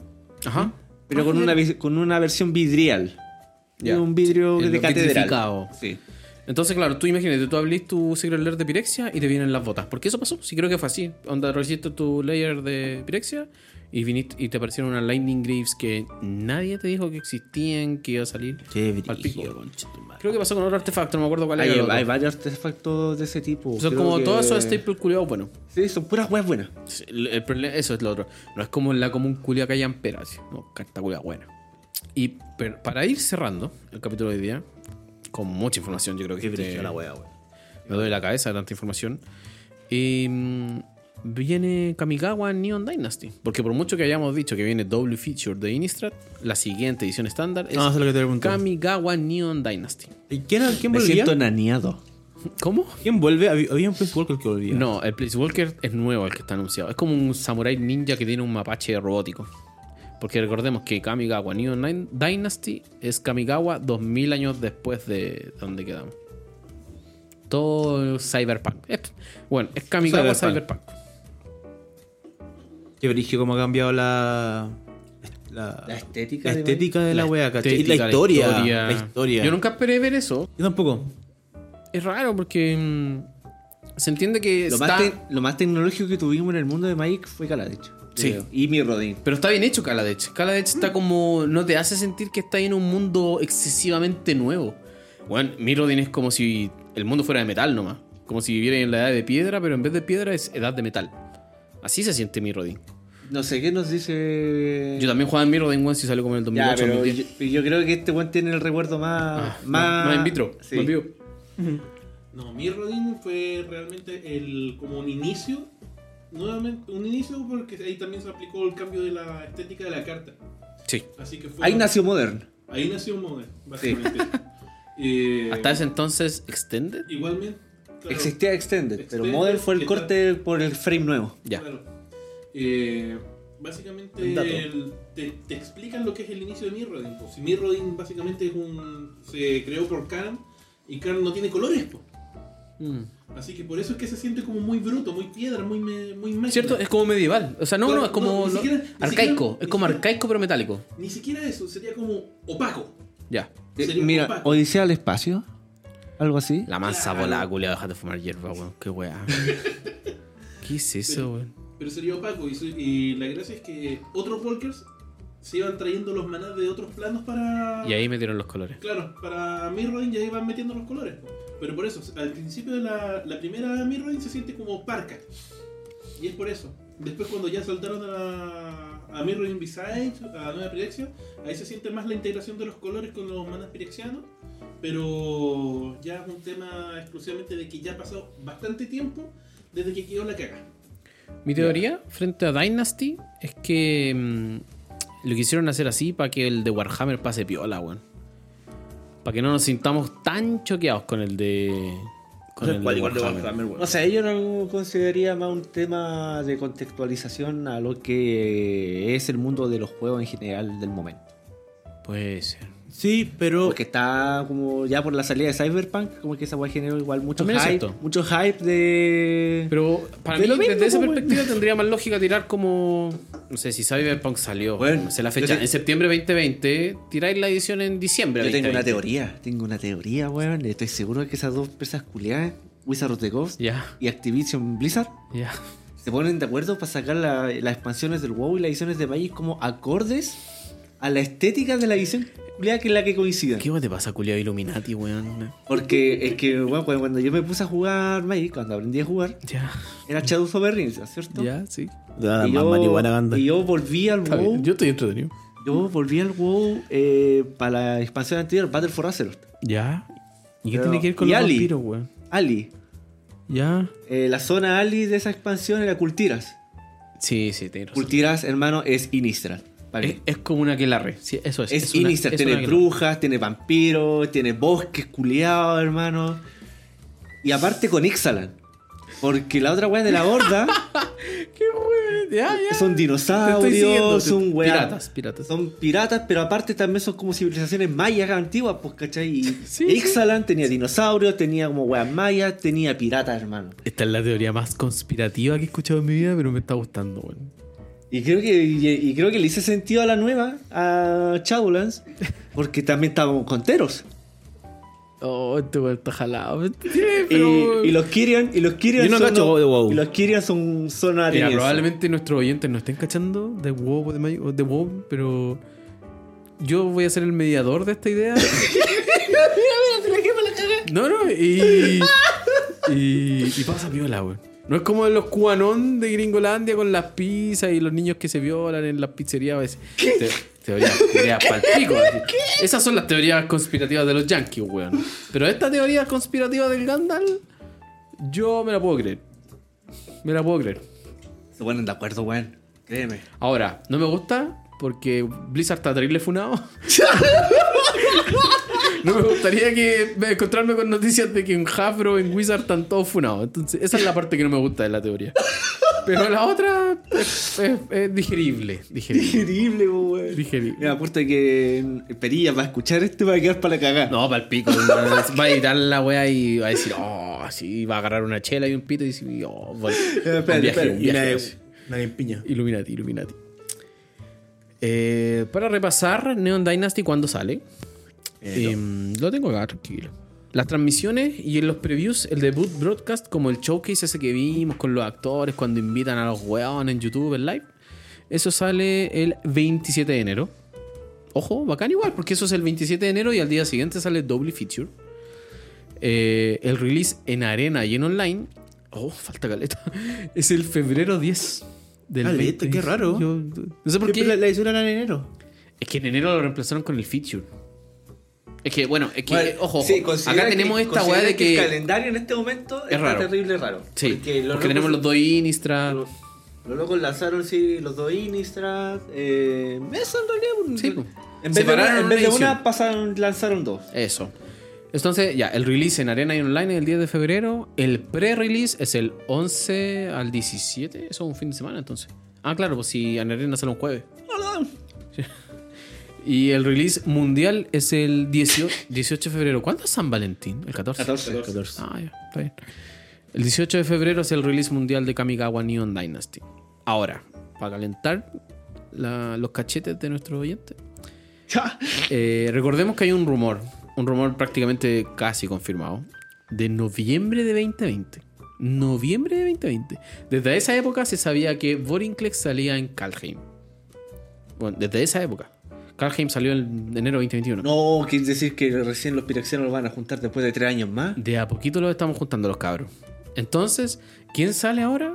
Ajá.
pero con una, vi- con una versión vidrial.
Ya.
Un vidrio
Eh,
de
lo
catedral.
vitrificado.
Sí.
Entonces, claro, tú imagínate, tú abrís tu Secret Layer de Pirexia y te vienen las botas. Porque eso pasó, sí creo que fue así. Onda, recibiste tu layer de Pirexia y viniste y te aparecieron unas Lightning Greaves que nadie te dijo que existían, que iba a salir.
Qué
Al pico.
brillo, concha tu madre.
Creo que pasó con otro artefacto, no me acuerdo cuál
Hay,
era. el otro.
hay varios artefactos de ese tipo.
Son
Creo
como
que-
todos esos staples culiados, bueno.
Sí, son puras weas buenas.
Sí, el- el problema- eso es lo otro. No es como la común culia que hayan peras. No, carta culia buena. Y per- para ir cerrando el capítulo de hoy día, con mucha información, yo creo que
Qué
este-
brillo la wea, weón.
me duele la cabeza de tanta información. Y, mm, viene Kamigawa Neon Dynasty. Porque por mucho que hayamos dicho que viene Double Feature de Innistrad, la siguiente edición estándar es
Ah, eso es lo que te preguntaba.
Kamigawa Neon Dynasty.
¿Y ¿Quién, quién
Me
volvía?
siento enaneado.
¿Cómo?
¿Quién vuelve? Había, había un Prince Walker que volvía.
No, el Place Walker es nuevo el que está anunciado. Es como un samurai ninja que tiene un mapache robótico. Porque recordemos que Kamigawa Neon Nin- Dynasty es Kamigawa 2000 años después de donde quedamos. Todo cyberpunk. Es- Bueno, es Kamigawa cyberpunk.
Cyberpunk. Qué brillo cómo ha cambiado la. La,
La estética
la
de-
estética de la, wea, ¿cachai? Y
estética,
la historia. La historia.
Yo nunca esperé ver eso.
Yo tampoco.
Es raro porque mm, se entiende que
Lo
está...
más, te- lo más tecnológico que tuvimos en el mundo de Magic fue Kaladesh.
Sí.
creo. Y mi Rodin.
Pero está bien hecho Kaladesh. Kaladesh está como. No te hace sentir que estás en un mundo excesivamente nuevo. Bueno, Mirrodin es como si el mundo fuera de metal nomás. Como si viviera en la edad de piedra, pero en vez de piedra es edad de metal. Así se siente Mirrodin.
No sé qué nos dice.
Yo también jugaba en Mirrodin, weón, si salió como en el
Ya,
2008.
pero
2010.
yo, yo creo que este weón tiene el recuerdo más.
Ah,
más...
más en vitro.
Sí.
más vivo.
No, Mirrodin fue realmente el, como un inicio. Nuevamente, un inicio porque ahí también se aplicó el cambio de la estética de la carta.
Sí.
Así que fue.
Ahí nació Modern.
Ahí nació Modern, básicamente. Eh,
Hasta ese entonces, Extended.
Igualmente. claro,
Existía Extended, pero
Extended,
Modern fue el
que
corte por el frame nuevo.
Ya.
Claro. Eh, básicamente
Un dato.
el- te, te explican lo que es el inicio de Mirrodin. pues. Si Mirrodin básicamente es un, se creó por Khan y Khan no tiene colores. pues.
Mm.
Así que por eso es que se siente como muy bruto, muy piedra, muy, me- muy máquina.
¿Cierto? Es como medieval. O sea, no,
Claro,
no, es como.
no, ni
lo-
siquiera- ni
arcaico.
siquiera-
es como
ni siquiera-
arcaico, pero metálico.
Ni siquiera eso, sería como opaco.
Ya.
Sería
Eh, mira,
opaco.
Odisea al espacio. Algo así.
La mansa
Claro.
volada, culiao, deja de fumar hierba, weón. Qué weá. ¿Qué es eso, weón?
Pero sería opaco. Y, se- y la gracia es que otros Walkers se iban trayendo los manás de otros planos para.
Y ahí me dieron los colores.
Claro, para Mirrodin ya iban metiendo los colores. po. Pero por eso, al principio de la, la primera Mirrodin se siente como parca. Y es por eso. Después cuando ya saltaron a, a Mirrodin Visage, a Nueva Pirexia, ahí se siente más la integración de los colores con los manas pirexianos. Pero ya es un tema exclusivamente de que ya ha pasado bastante tiempo desde que quedó la caga.
Mi teoría frente a Dynasty es que mm, lo quisieron hacer así para que el de Warhammer pase piola, weón. Para que no nos sintamos tan choqueados con el de. Con el de Warhammer.
O sea, yo no consideraría más un tema de contextualización a lo que es el mundo de los juegos en general del momento.
Puede ser.
Sí, pero.
Porque Pues está como ya por la salida de Cyberpunk, como que esa weá generó igual mucho
También es
hype.
cierto.
Mucho hype de.
Pero para
De
mí,
lo mismo, pues,
desde esa
po, weón.
perspectiva, tendría más lógica tirar como. No sé si Cyberpunk salió.
Bueno,
no sé la
yo
fecha.
te-
En septiembre 2020, tiráis la edición en diciembre.
Yo tengo una
2020.
teoría, tengo una teoría, weón. Estoy seguro de que esas dos empresas culiadas, Wizard of the Coast
Ya,
y Activision Blizzard,
ya.
se ponen de acuerdo para sacar la- las expansiones del WoW y las ediciones de Magic como acordes a la estética de la edición culiada que es la que coincidan.
¿Qué weón te pasa, culiado Illuminati, weón?
Porque es que, weón, cuando cuando yo me puse a jugar Magic, cuando aprendí a jugar,
Ya,
era Shadows of Rings, ¿cierto?
ya, sí.
Nada
Y
más marihuana,
yo,
banda.
y yo volví al WoW. Yo,
estoy entretenido.
volví al WoW eh, para la expansión anterior, Battle for Azeroth.
Ya. ¿Y qué
Pero-
tiene que ver con
¿y
los
Ali?
vampiros, weón?
Ali.
Ya.
eh, la zona Ali de esa expansión era Cultiras.
Sí, sí, tienes razón.
Cultiras, hermano, es Inistral. para
Es,
mí.
es como una que la Sí, eso Eh, es.
Es,
una-
Innistrad,
es una
tiene
aquelarre.
brujas, tiene vampiros, tiene bosques culeados, hermano. Y aparte con Ixalan. Porque la otra weá de la horda
Qué weón. Ya, ya.
son
Te estoy siguiendo,
dinosaurios,
te-
son weá.
Piratas, piratas.
Son piratas, pero aparte también son como civilizaciones mayas antiguas, pues, ¿cachai? Y
Sí,
Ixalan tenía dinosaurios, tenía como weas mayas, tenía piratas, hermano.
Esta es la teoría más conspirativa que he escuchado en mi vida, pero me está gustando, weón.
Y creo que, y, y creo que le hice sentido a la nueva, a Shadowlands, porque también estábamos con Teros.
Oh, este weón está jalado.
Y, y los Kyrian, y los Kyrian
Yo no
son
cacho
los-
de WoW.
y los Kyrian son son
Mira,
atenienses.
probablemente nuestros oyentes no estén cachando de WoW, o de, Magic- o de WoW, pero yo voy a ser el mediador de esta idea. No, no, y. Y, y pasa piola, weón. No es como los cubanón de Gringolandia con las pizzas y los niños que se violan en las pizzerías a veces. Te- teorías teorías palpico. así. Esas son las teorías conspirativas de los yankees, weón. Pero esta teoría conspirativa del Gandalf, yo me la puedo creer. Me la puedo creer.
Se ponen de acuerdo, weón. Créeme.
Ahora, no me gusta porque Blizzard está terrible funado. no me gustaría que me- encontrarme con noticias de que en Hasbro en Wizard están todos funados. Entonces, esa es la parte que no me gusta de la teoría. Pero la otra es, es- es digerible. Digerible.
Digerible, weón.
Digerible.
Me apuesta que eh, Perilla va a escuchar esto y va a quedar para la cagada.
No, para el pico. Va a editar la wea y va a decir, oh, sí, va a agarrar una chela y un pito y decir, oh, voy.
Eh, espérate,
un viaje,
espérate.
un
Y una
viaje.
de, una de empiña.
Illuminati, Illuminati. Eh, para repasar, Neon Dynasty, ¿cuándo sale? Em, lo tengo acá, tranquilo. Las transmisiones y en los previews, el debut broadcast, como el showcase ese que vimos con los actores cuando invitan a los weones en YouTube en live. Eso sale el 27 de enero. Ojo, bacán igual, porque eso es el 27 de enero y al día siguiente sale Double Feature. Eh, el release en arena y en online. Oh, falta caleta. Es el febrero 10 del
Caleta,
20.
qué raro.
Yo- no sé por
Siempre
qué.
la, la hicieron en enero.
Es que en enero lo reemplazaron con el feature. Es que, bueno, es que,
Bueno,
ojo, ojo,
sí, considera
acá
que-
tenemos esta
considera
weá de
El
que.
calendario en este momento
Es
está
raro.
terrible raro.
Sí, porque, tenemos los
locos-
dos Inistra.
Los los locos lanzaron, sí, los dos Innistrad. Eh, eso en realidad. un-
Sí, pues.
en vez, de
Separaron
una, en
una
vez de
edición.
una, pasaron, lanzaron dos.
Eso. Entonces, ya, el release en Arena y Online es el 10 de febrero. El pre-release es el 11 al 17. Eso es un fin de semana, entonces. Ah, claro, pues si en Arena sale un jueves. Y el release mundial es el 18, 18 de febrero. ¿Cuándo es San Valentín? El 14.
14.
14.
Ah, ya, está bien. El 18 de febrero es el release mundial de Kamigawa Neon Dynasty. Ahora, para calentar la- los cachetes de nuestro oyente, eh, recordemos que hay un rumor, un rumor prácticamente casi confirmado, de noviembre de 2020. Noviembre de 2020. Desde esa época se sabía que Vorinclex salía en Kalheim. Bueno, desde esa época. Kalheim salió en enero de 2021.
No, quiere decir que recién los piraxianos los van a juntar después de tres años más.
De a poquito los estamos juntando los cabros. Entonces, ¿quién sale ahora?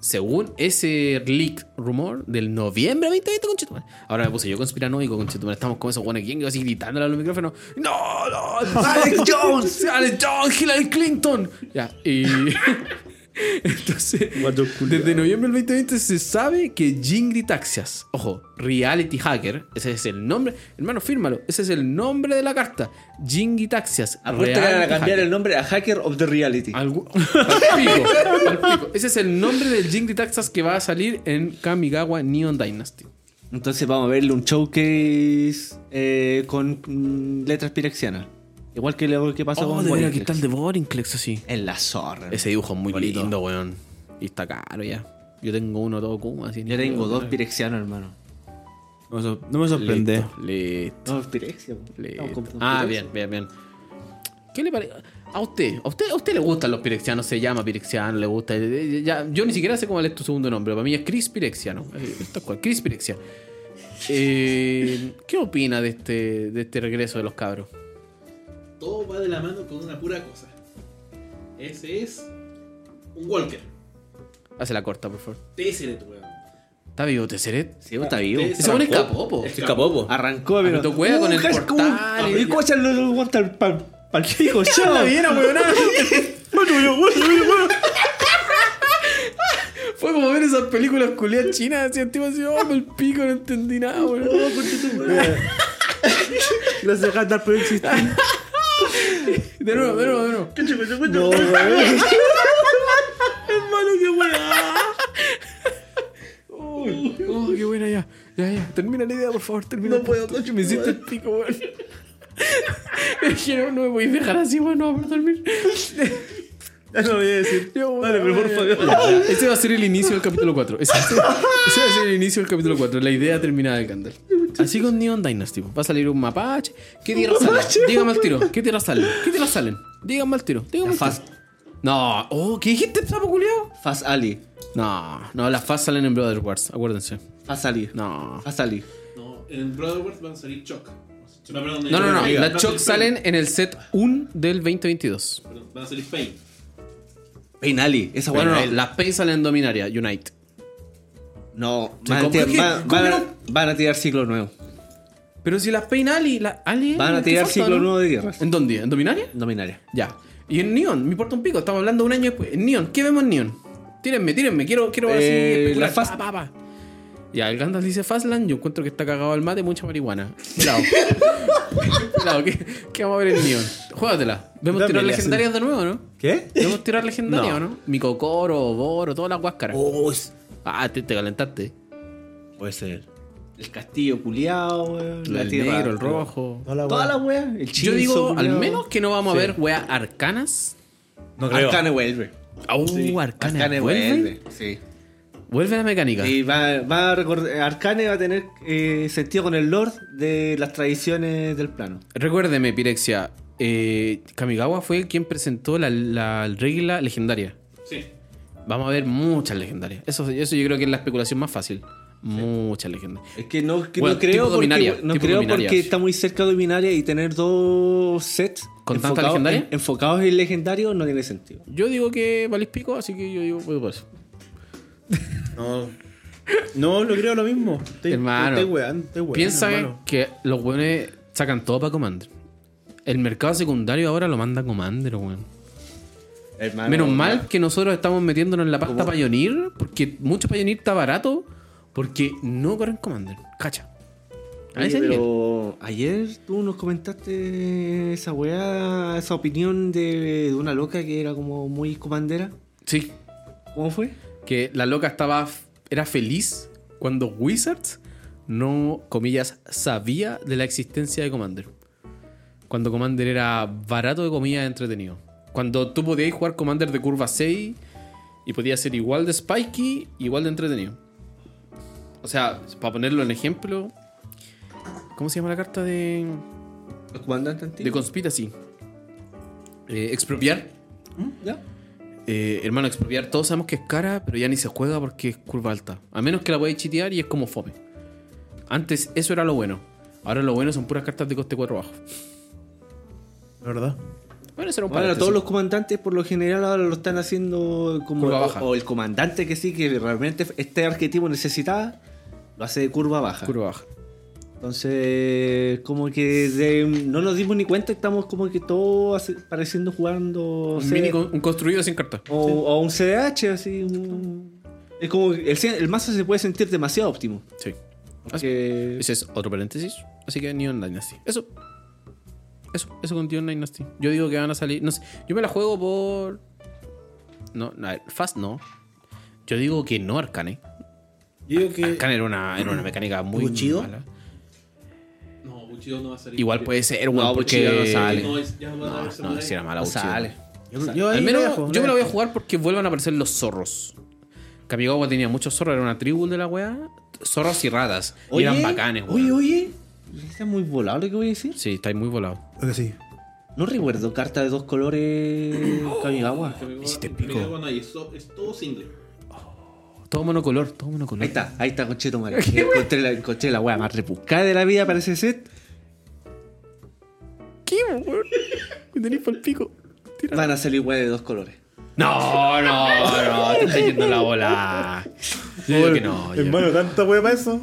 Según ese leak rumor del noviembre 2020 con Ahora me puse yo conspiranoico con Estamos con esos guanes gringos así gritándole a los micrófonos. ¡No, no! ¡Alex Jones! ¡Alex Jones! ¡Hillary Clinton! Ya, y... Entonces,
Guato culiao.
desde noviembre del 2020 se sabe que Jingri Taxias, ojo, Reality Hacker, ese es el nombre, hermano, fírmalo, ese es el nombre de la carta, Jingri Taxias.
Apuesta que van a
Reality
cambiar
Hacker. Ah.
el nombre a Hacker of the Reality.
Algu- Al pico, al pico. Ese es el nombre del Jing de Taxas que va a salir en Kamigawa Neon Dynasty.
Entonces vamos a verle un showcase eh, con mm, letras piraxianas. Igual que lo que
Oh,
pasó con Warrior Cats.
Oh, de Vorinclex así.
En la zorra.
Ese dibujo es muy
Bonito.
lindo, weón. Y está caro ya. Yo tengo uno todo como así.
Yo tengo
eh.
dos pirexianos, hermano.
No me, sor- no me
Listo,
sorprende.
listo,
Dos pirexianos.
listo.
Estamos con-
Ah,
con
bien, bien, bien. ¿Qué le parece? A usted, a usted, a usted le gustan los pirexianos, se llama pirexiano, le gusta. eh, eh, ya- yo ni siquiera sé cómo es tu segundo nombre, para mí es Chris Pirexiano. Eh, Esto es cual, Chris Pirexiano. Eh, ¿Qué opina de este, de este regreso de los cabros?
Todo va de la mano con una pura cosa. Ese es un Walker.
Hace la corta, por favor.
Tesseret, weón.
¿Está vivo Tesseret?
Sí, está vivo.
Tesseret.
Ese weón escapó, po.
Escapó, po.
Arrancó,
pero-
pero.
tu cueva con el
casi
portal
como un-
y-
Y cocha lo lo aguanta al pal pal pico, chao.
Fue como ver esas películas culiadas chinas, así el tipo así, oh, el pico, no entendí nada, weón.
Los deja andar por existir.
De nuevo, de nuevo, de nuevo.
No, weón.
Oh, qué buena ya. Ya, ya. Termina la idea, por favor. Termina. No puedo, coche. Me hiciste el pico, weón. Es que no, no me voy a dejar así, weón. No vamos a dormir.
Ya no voy a decir.
Yo,
Dale,
weón,
pero por
ya,
favor.
ya. Ese va a ser el inicio del capítulo 4. Ese, ese- ese va a ser el inicio del capítulo 4. La idea terminada de Candle. Así con Neon Dynasty. pues, Va a salir un mapache. ¿Qué tierra salen? Dígame al tiro. ¿Qué tierra salen? ¿Qué tierra salen? Dígame al tiro. Dígame al tiro.
Fast,
No. Oh, ¿qué dijiste, sapo culiao?
Fast Ali.
No, no, las FAS salen en Brother Wars, acuérdense.
Fast Ali.
No.
Fast Ali.
No, en Brotherworth van a salir Choc. No, perdón,
No, no, no.
Pain.
Las
Van a
Choc
salir
salen
Pain.
en el set 1 del 2022.
Perdón, Van a salir Pain.
Pain Ali. Esa
Bueno,
buena.
no, las Pain salen en Dominaria, Unite.
No,
Sí,
van a,
¿cómo
tirar,
que-
van-
cómo
van a-
no?
van a tirar ciclo nuevo.
Pero si las Pain Ali, la Ali
Van a
¿qué
tirar
falta,
ciclo
no?
nuevo de tierras.
¿En dónde? ¿En Dominaria?
Dominaria.
Ya. Y en Neon, me importa un pico, estamos hablando un año después. En Neon, ¿qué vemos en Neon? Tírenme, tírenme, quiero, quiero así
Eh,
especular.
la Fast-
Pa, pa, pa. Ya, el Gandalf dice Fastland, yo encuentro que está cagado al mate, mucha marihuana. Claro. claro, ¿qué, qué vamos a ver en Neon? Juégatela. Vemos
Dame
tirar
la-
legendarias de nuevo, ¿no?
¿Qué?
Vemos tirar legendarias,
No.
¿no? ¿no? Micocoro, Boro, todas las guáscaras.
Oh, es-
Ah, te, te calentaste.
puede ser.
El castillo culiado, weón. La
el
tierra.
negro, el rojo.
Toda la
Toda
wea.
la wea. El chinzo,
Yo digo, al
culiao.
menos que no vamos a ver weas arcanas.
No creo.
Arcane vuelve.
Oh,
Sí,
arcanas.
Arcane
vuelven.
vuelve. Sí.
Vuelve la mecánica.
Y va, va a recordar, Arcane va a tener eh, sentido con el lord de las tradiciones del plano.
Recuérdeme, Pirexia. eh, Kamigawa fue quien presentó la, la regla legendaria.
Sí.
Vamos a ver muchas legendarias. Eso, eso yo creo que es la especulación más fácil. Muchas legendarias.
Es que no, que
Bueno,
no
tipo
creo,
Dominaria,
porque, no
tipo
creo
Dominaria.
porque está muy cerca de Dominaria y tener dos sets
¿Con tanta
enfocados-
legendaria?
en- enfocados en legendario no tiene sentido.
Yo digo que valís pico, así que yo digo, pues, voy por eso.
No. No, lo creo lo mismo. Estoy,
Hermano,
estoy weando, estoy weando,
Piensa
hermano.
que los weones sacan todo para Commander. El mercado secundario ahora lo manda Commander, weón.
Ah,
Hermano,
Menos mal que nosotros estamos metiéndonos en la pasta Pioneer, porque mucho Pioneer está barato, porque no corren Commander. Cacha. A
Oye,
ese nivel.
pero ayer tú nos comentaste esa weá, esa opinión de, de una loca que era como muy comandera.
Sí,
¿Cómo fue?
que la loca estaba era feliz cuando Wizards no comillas sabía de la existencia de Commander. Cuando Commander era barato de comillas entretenido. Cuando tú podías jugar Commander de curva 6 y podía ser igual de spiky, igual de entretenido. O sea, para ponerlo en ejemplo, ¿cómo se llama la carta de
¿El comandante
de
antiguo?
conspiracy? Eh, expropiar.
Mm, ¿Ya?
Eh, hermano, expropiar todos sabemos que es cara, pero ya ni se juega porque es curva alta. A menos que la podáis chitear y es como fome. Antes eso era lo bueno. Ahora lo bueno son puras cartas de coste 4 bajo.
La verdad.
Bueno, eso era un
Ahora
paréntesis.
todos los comandantes por lo general ahora lo están haciendo como
Curva
o-
baja.
O, el comandante que sí, que realmente este arquetipo necesitaba, lo hace de curva baja.
Curva baja.
Entonces, como que de- no nos dimos ni cuenta, estamos como que todos hace- pareciendo jugando
Un,
C-
mini con- un construido sin cartas.
o, o un CDH, así. un- es como que el, ce- el mazo se puede sentir demasiado óptimo.
Sí.
Porque
Ese es otro paréntesis. Así que Neon Dynasty. Eso. Eso, eso con Neon Dynasty. Yo digo que van a salir. No sé. Yo me la juego por. No, no, a ver, Fast no. Yo digo que no Arcane.
Yo digo que.
Arcane era una, era una mecánica muy
¿Bushido?
mala.
No, Buchido no va a salir.
Igual puede ser, weón,
No,
porque
Buchido no sale.
No, es- ya no, van a
No,
ver
no,
samuráis.
si era mala
no
Uchiha.
sale.
Yo, yo ahí
Al
la dejo,
menos yo me la voy a
dejo.
jugar porque vuelvan a aparecer los zorros. Kamigawa tenía muchos zorros, era una tribu de la weá. Zorros y ratas. Y
Oye,
eran bacanes, weón.
Oye, oye. Está muy volado lo que voy a decir.
Sí, estáis muy volados.
Creo que sí.
No recuerdo carta de dos colores Kamigawa.
Kamigawa-
Si te pico.
Kamigawa no hay, es, so- es todo single.
Todo monocolor, todo monocolor.
Ahí está, ahí está, concheto madre. Encontré la, encontré la wea más repuscada de la vida para ese set.
¿Qué, weón? Me tenéis pa'l pico. Tira.
Van a salir weas de dos colores.
No, no, no, te está yendo la bola. Yo digo que no. yo-
Hermano, tanta wea para eso.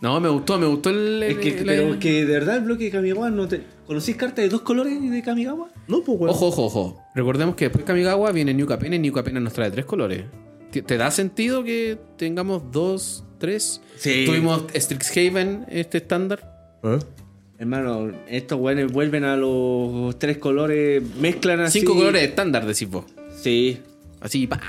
No, me gustó, me gustó el.
Es que,
el-
pero que de verdad el bloque de Kamigawa no te. ¿Conocís cartas de dos colores de Kamigawa?
No, pues weón.
Ojo, ojo, ojo. Recordemos que después Kamigawa viene New Capena y New Capena nos trae tres colores. ¿Te, te da sentido que tengamos dos, tres?
Sí.
Tuvimos Strixhaven, este estándar.
¿Eh?
Hermano, estos weones vuelven a los tres colores, mezclan así.
Cinco colores estándar, decís vos.
Sí.
Así, pa.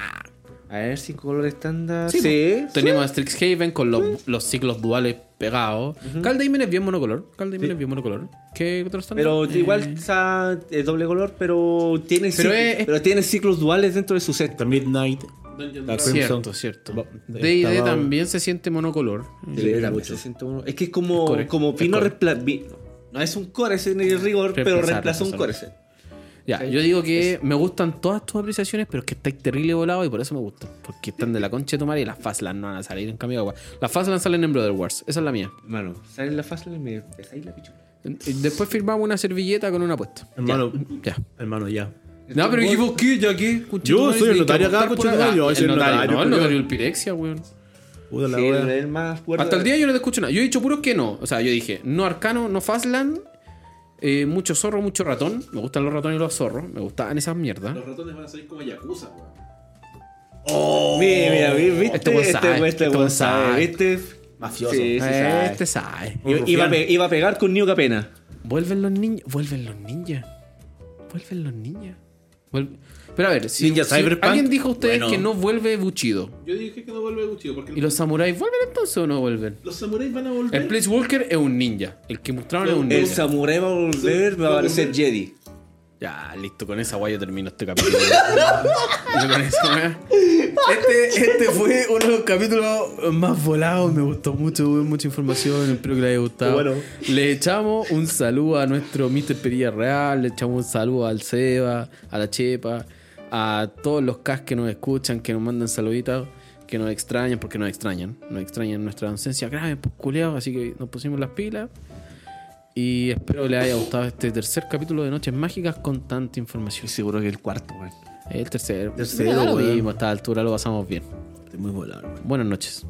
A ver, cinco colores estándar.
Sí, pues.
Sí.
po. Teníamos Strixhaven con los, los ciclos duales pegados. Caldaimen es bien monocolor. Caldaimen es bien monocolor. ¿Qué Eh, otro estándar?
Pero igual está de doble color, pero tiene,
Pero
cic-
es-
pero tiene ciclos duales dentro de su set.
The Midnight
Dungeon
La
Dragon.
Crimson.
Cierto, cierto.
Bo-
D&D
estaba-
también se siente monocolor.
Sí,
Sí,
era
también
mucho.
se siente uno- Es que es como,
Core.
como
Es
vino
core.
reemplazar. No es un core, es en el rigor, pero
Reemplazar,
reemplazó un
reemplazar.
core. set.
Ya, yo digo que me gustan todas tus apreciaciones, pero es que estáis terrible volado y por eso me gustan. Porque están de la concha de tu madre y las Fastland no van a salir en cambio de agua. Las Fastland salen en Brother Wars, esa es la mía.
Hermano,
Sale la fase y me pesáis la pichula.
Y Después firmamos una servilleta con una apuesta.
Hermano.
Ya. ya.
hermano, ya.
No, pero ¿qué vos qué? ¿Ya qué?
Yo soy el notario acá, concha tu madre, yo
Yo
voy a ser
el notario.
notario,
No, el notario
culiao.
el Pirexia, weón.
Puta la
Sí,
wea.
el más fuerte.
Hasta el día yo no te escucho nada. Yo he dicho puros que no. O sea, yo dije, no arcano, no Fastland, eh, mucho zorro, mucho ratón. Me gustan los ratones y los zorros. Me gustaban esas mierdas.
Los ratones van a salir como Yakuza, weón.
Mira, mira, vi- viste.
Este buen sabe,
buen-
este
buen
buen sabe.
sabe, ¿viste?
Mafioso.
Sí, sí, sabe.
Este sabe.
Un
I- Iba, a
rufián.
pe- iba a pegar con New Capena.
Vuelven los ninjas. Vuelven los ninjas. Vuelven los ninjas. Vuelve- Pero a ver, si,
Ninja
si
Cyberpunk,
alguien dijo a ustedes
bueno.
que no vuelve Buchido.
Yo dije que no vuelve Gucci, porque
¿Y los samuráis vuelven entonces o no vuelven?
los samuráis van a volver.
El Place Walker es un ninja. El que mostraron es un
El
El
ninja.
samurái va a volver, va a aparecer Jedi.
Ya, listo, con esa guay yo termino este capítulo. Yo con esa weá. este, este fue uno de los capítulos más volados. Me gustó mucho, hubo mucha información. Espero que les haya gustado.
Bueno.
Le echamos un saludo a nuestro Mr. Perilla Real. Le echamos un saludo al Seba, a la Chepa, a todos los cas que nos escuchan, que nos mandan saluditos. Que nos extrañan, porque nos extrañan. Nos extrañan nuestra ausencia grave, pues culeados. Así que nos pusimos las pilas. Y espero les haya gustado este tercer capítulo de Noches Mágicas con tanta información.
Seguro que el cuarto, weón.
El tercero.
Tercero,
Ya lo
weón.
vimos, a esta altura lo pasamos bien.
Estoy muy volado, hermano.
Buenas noches.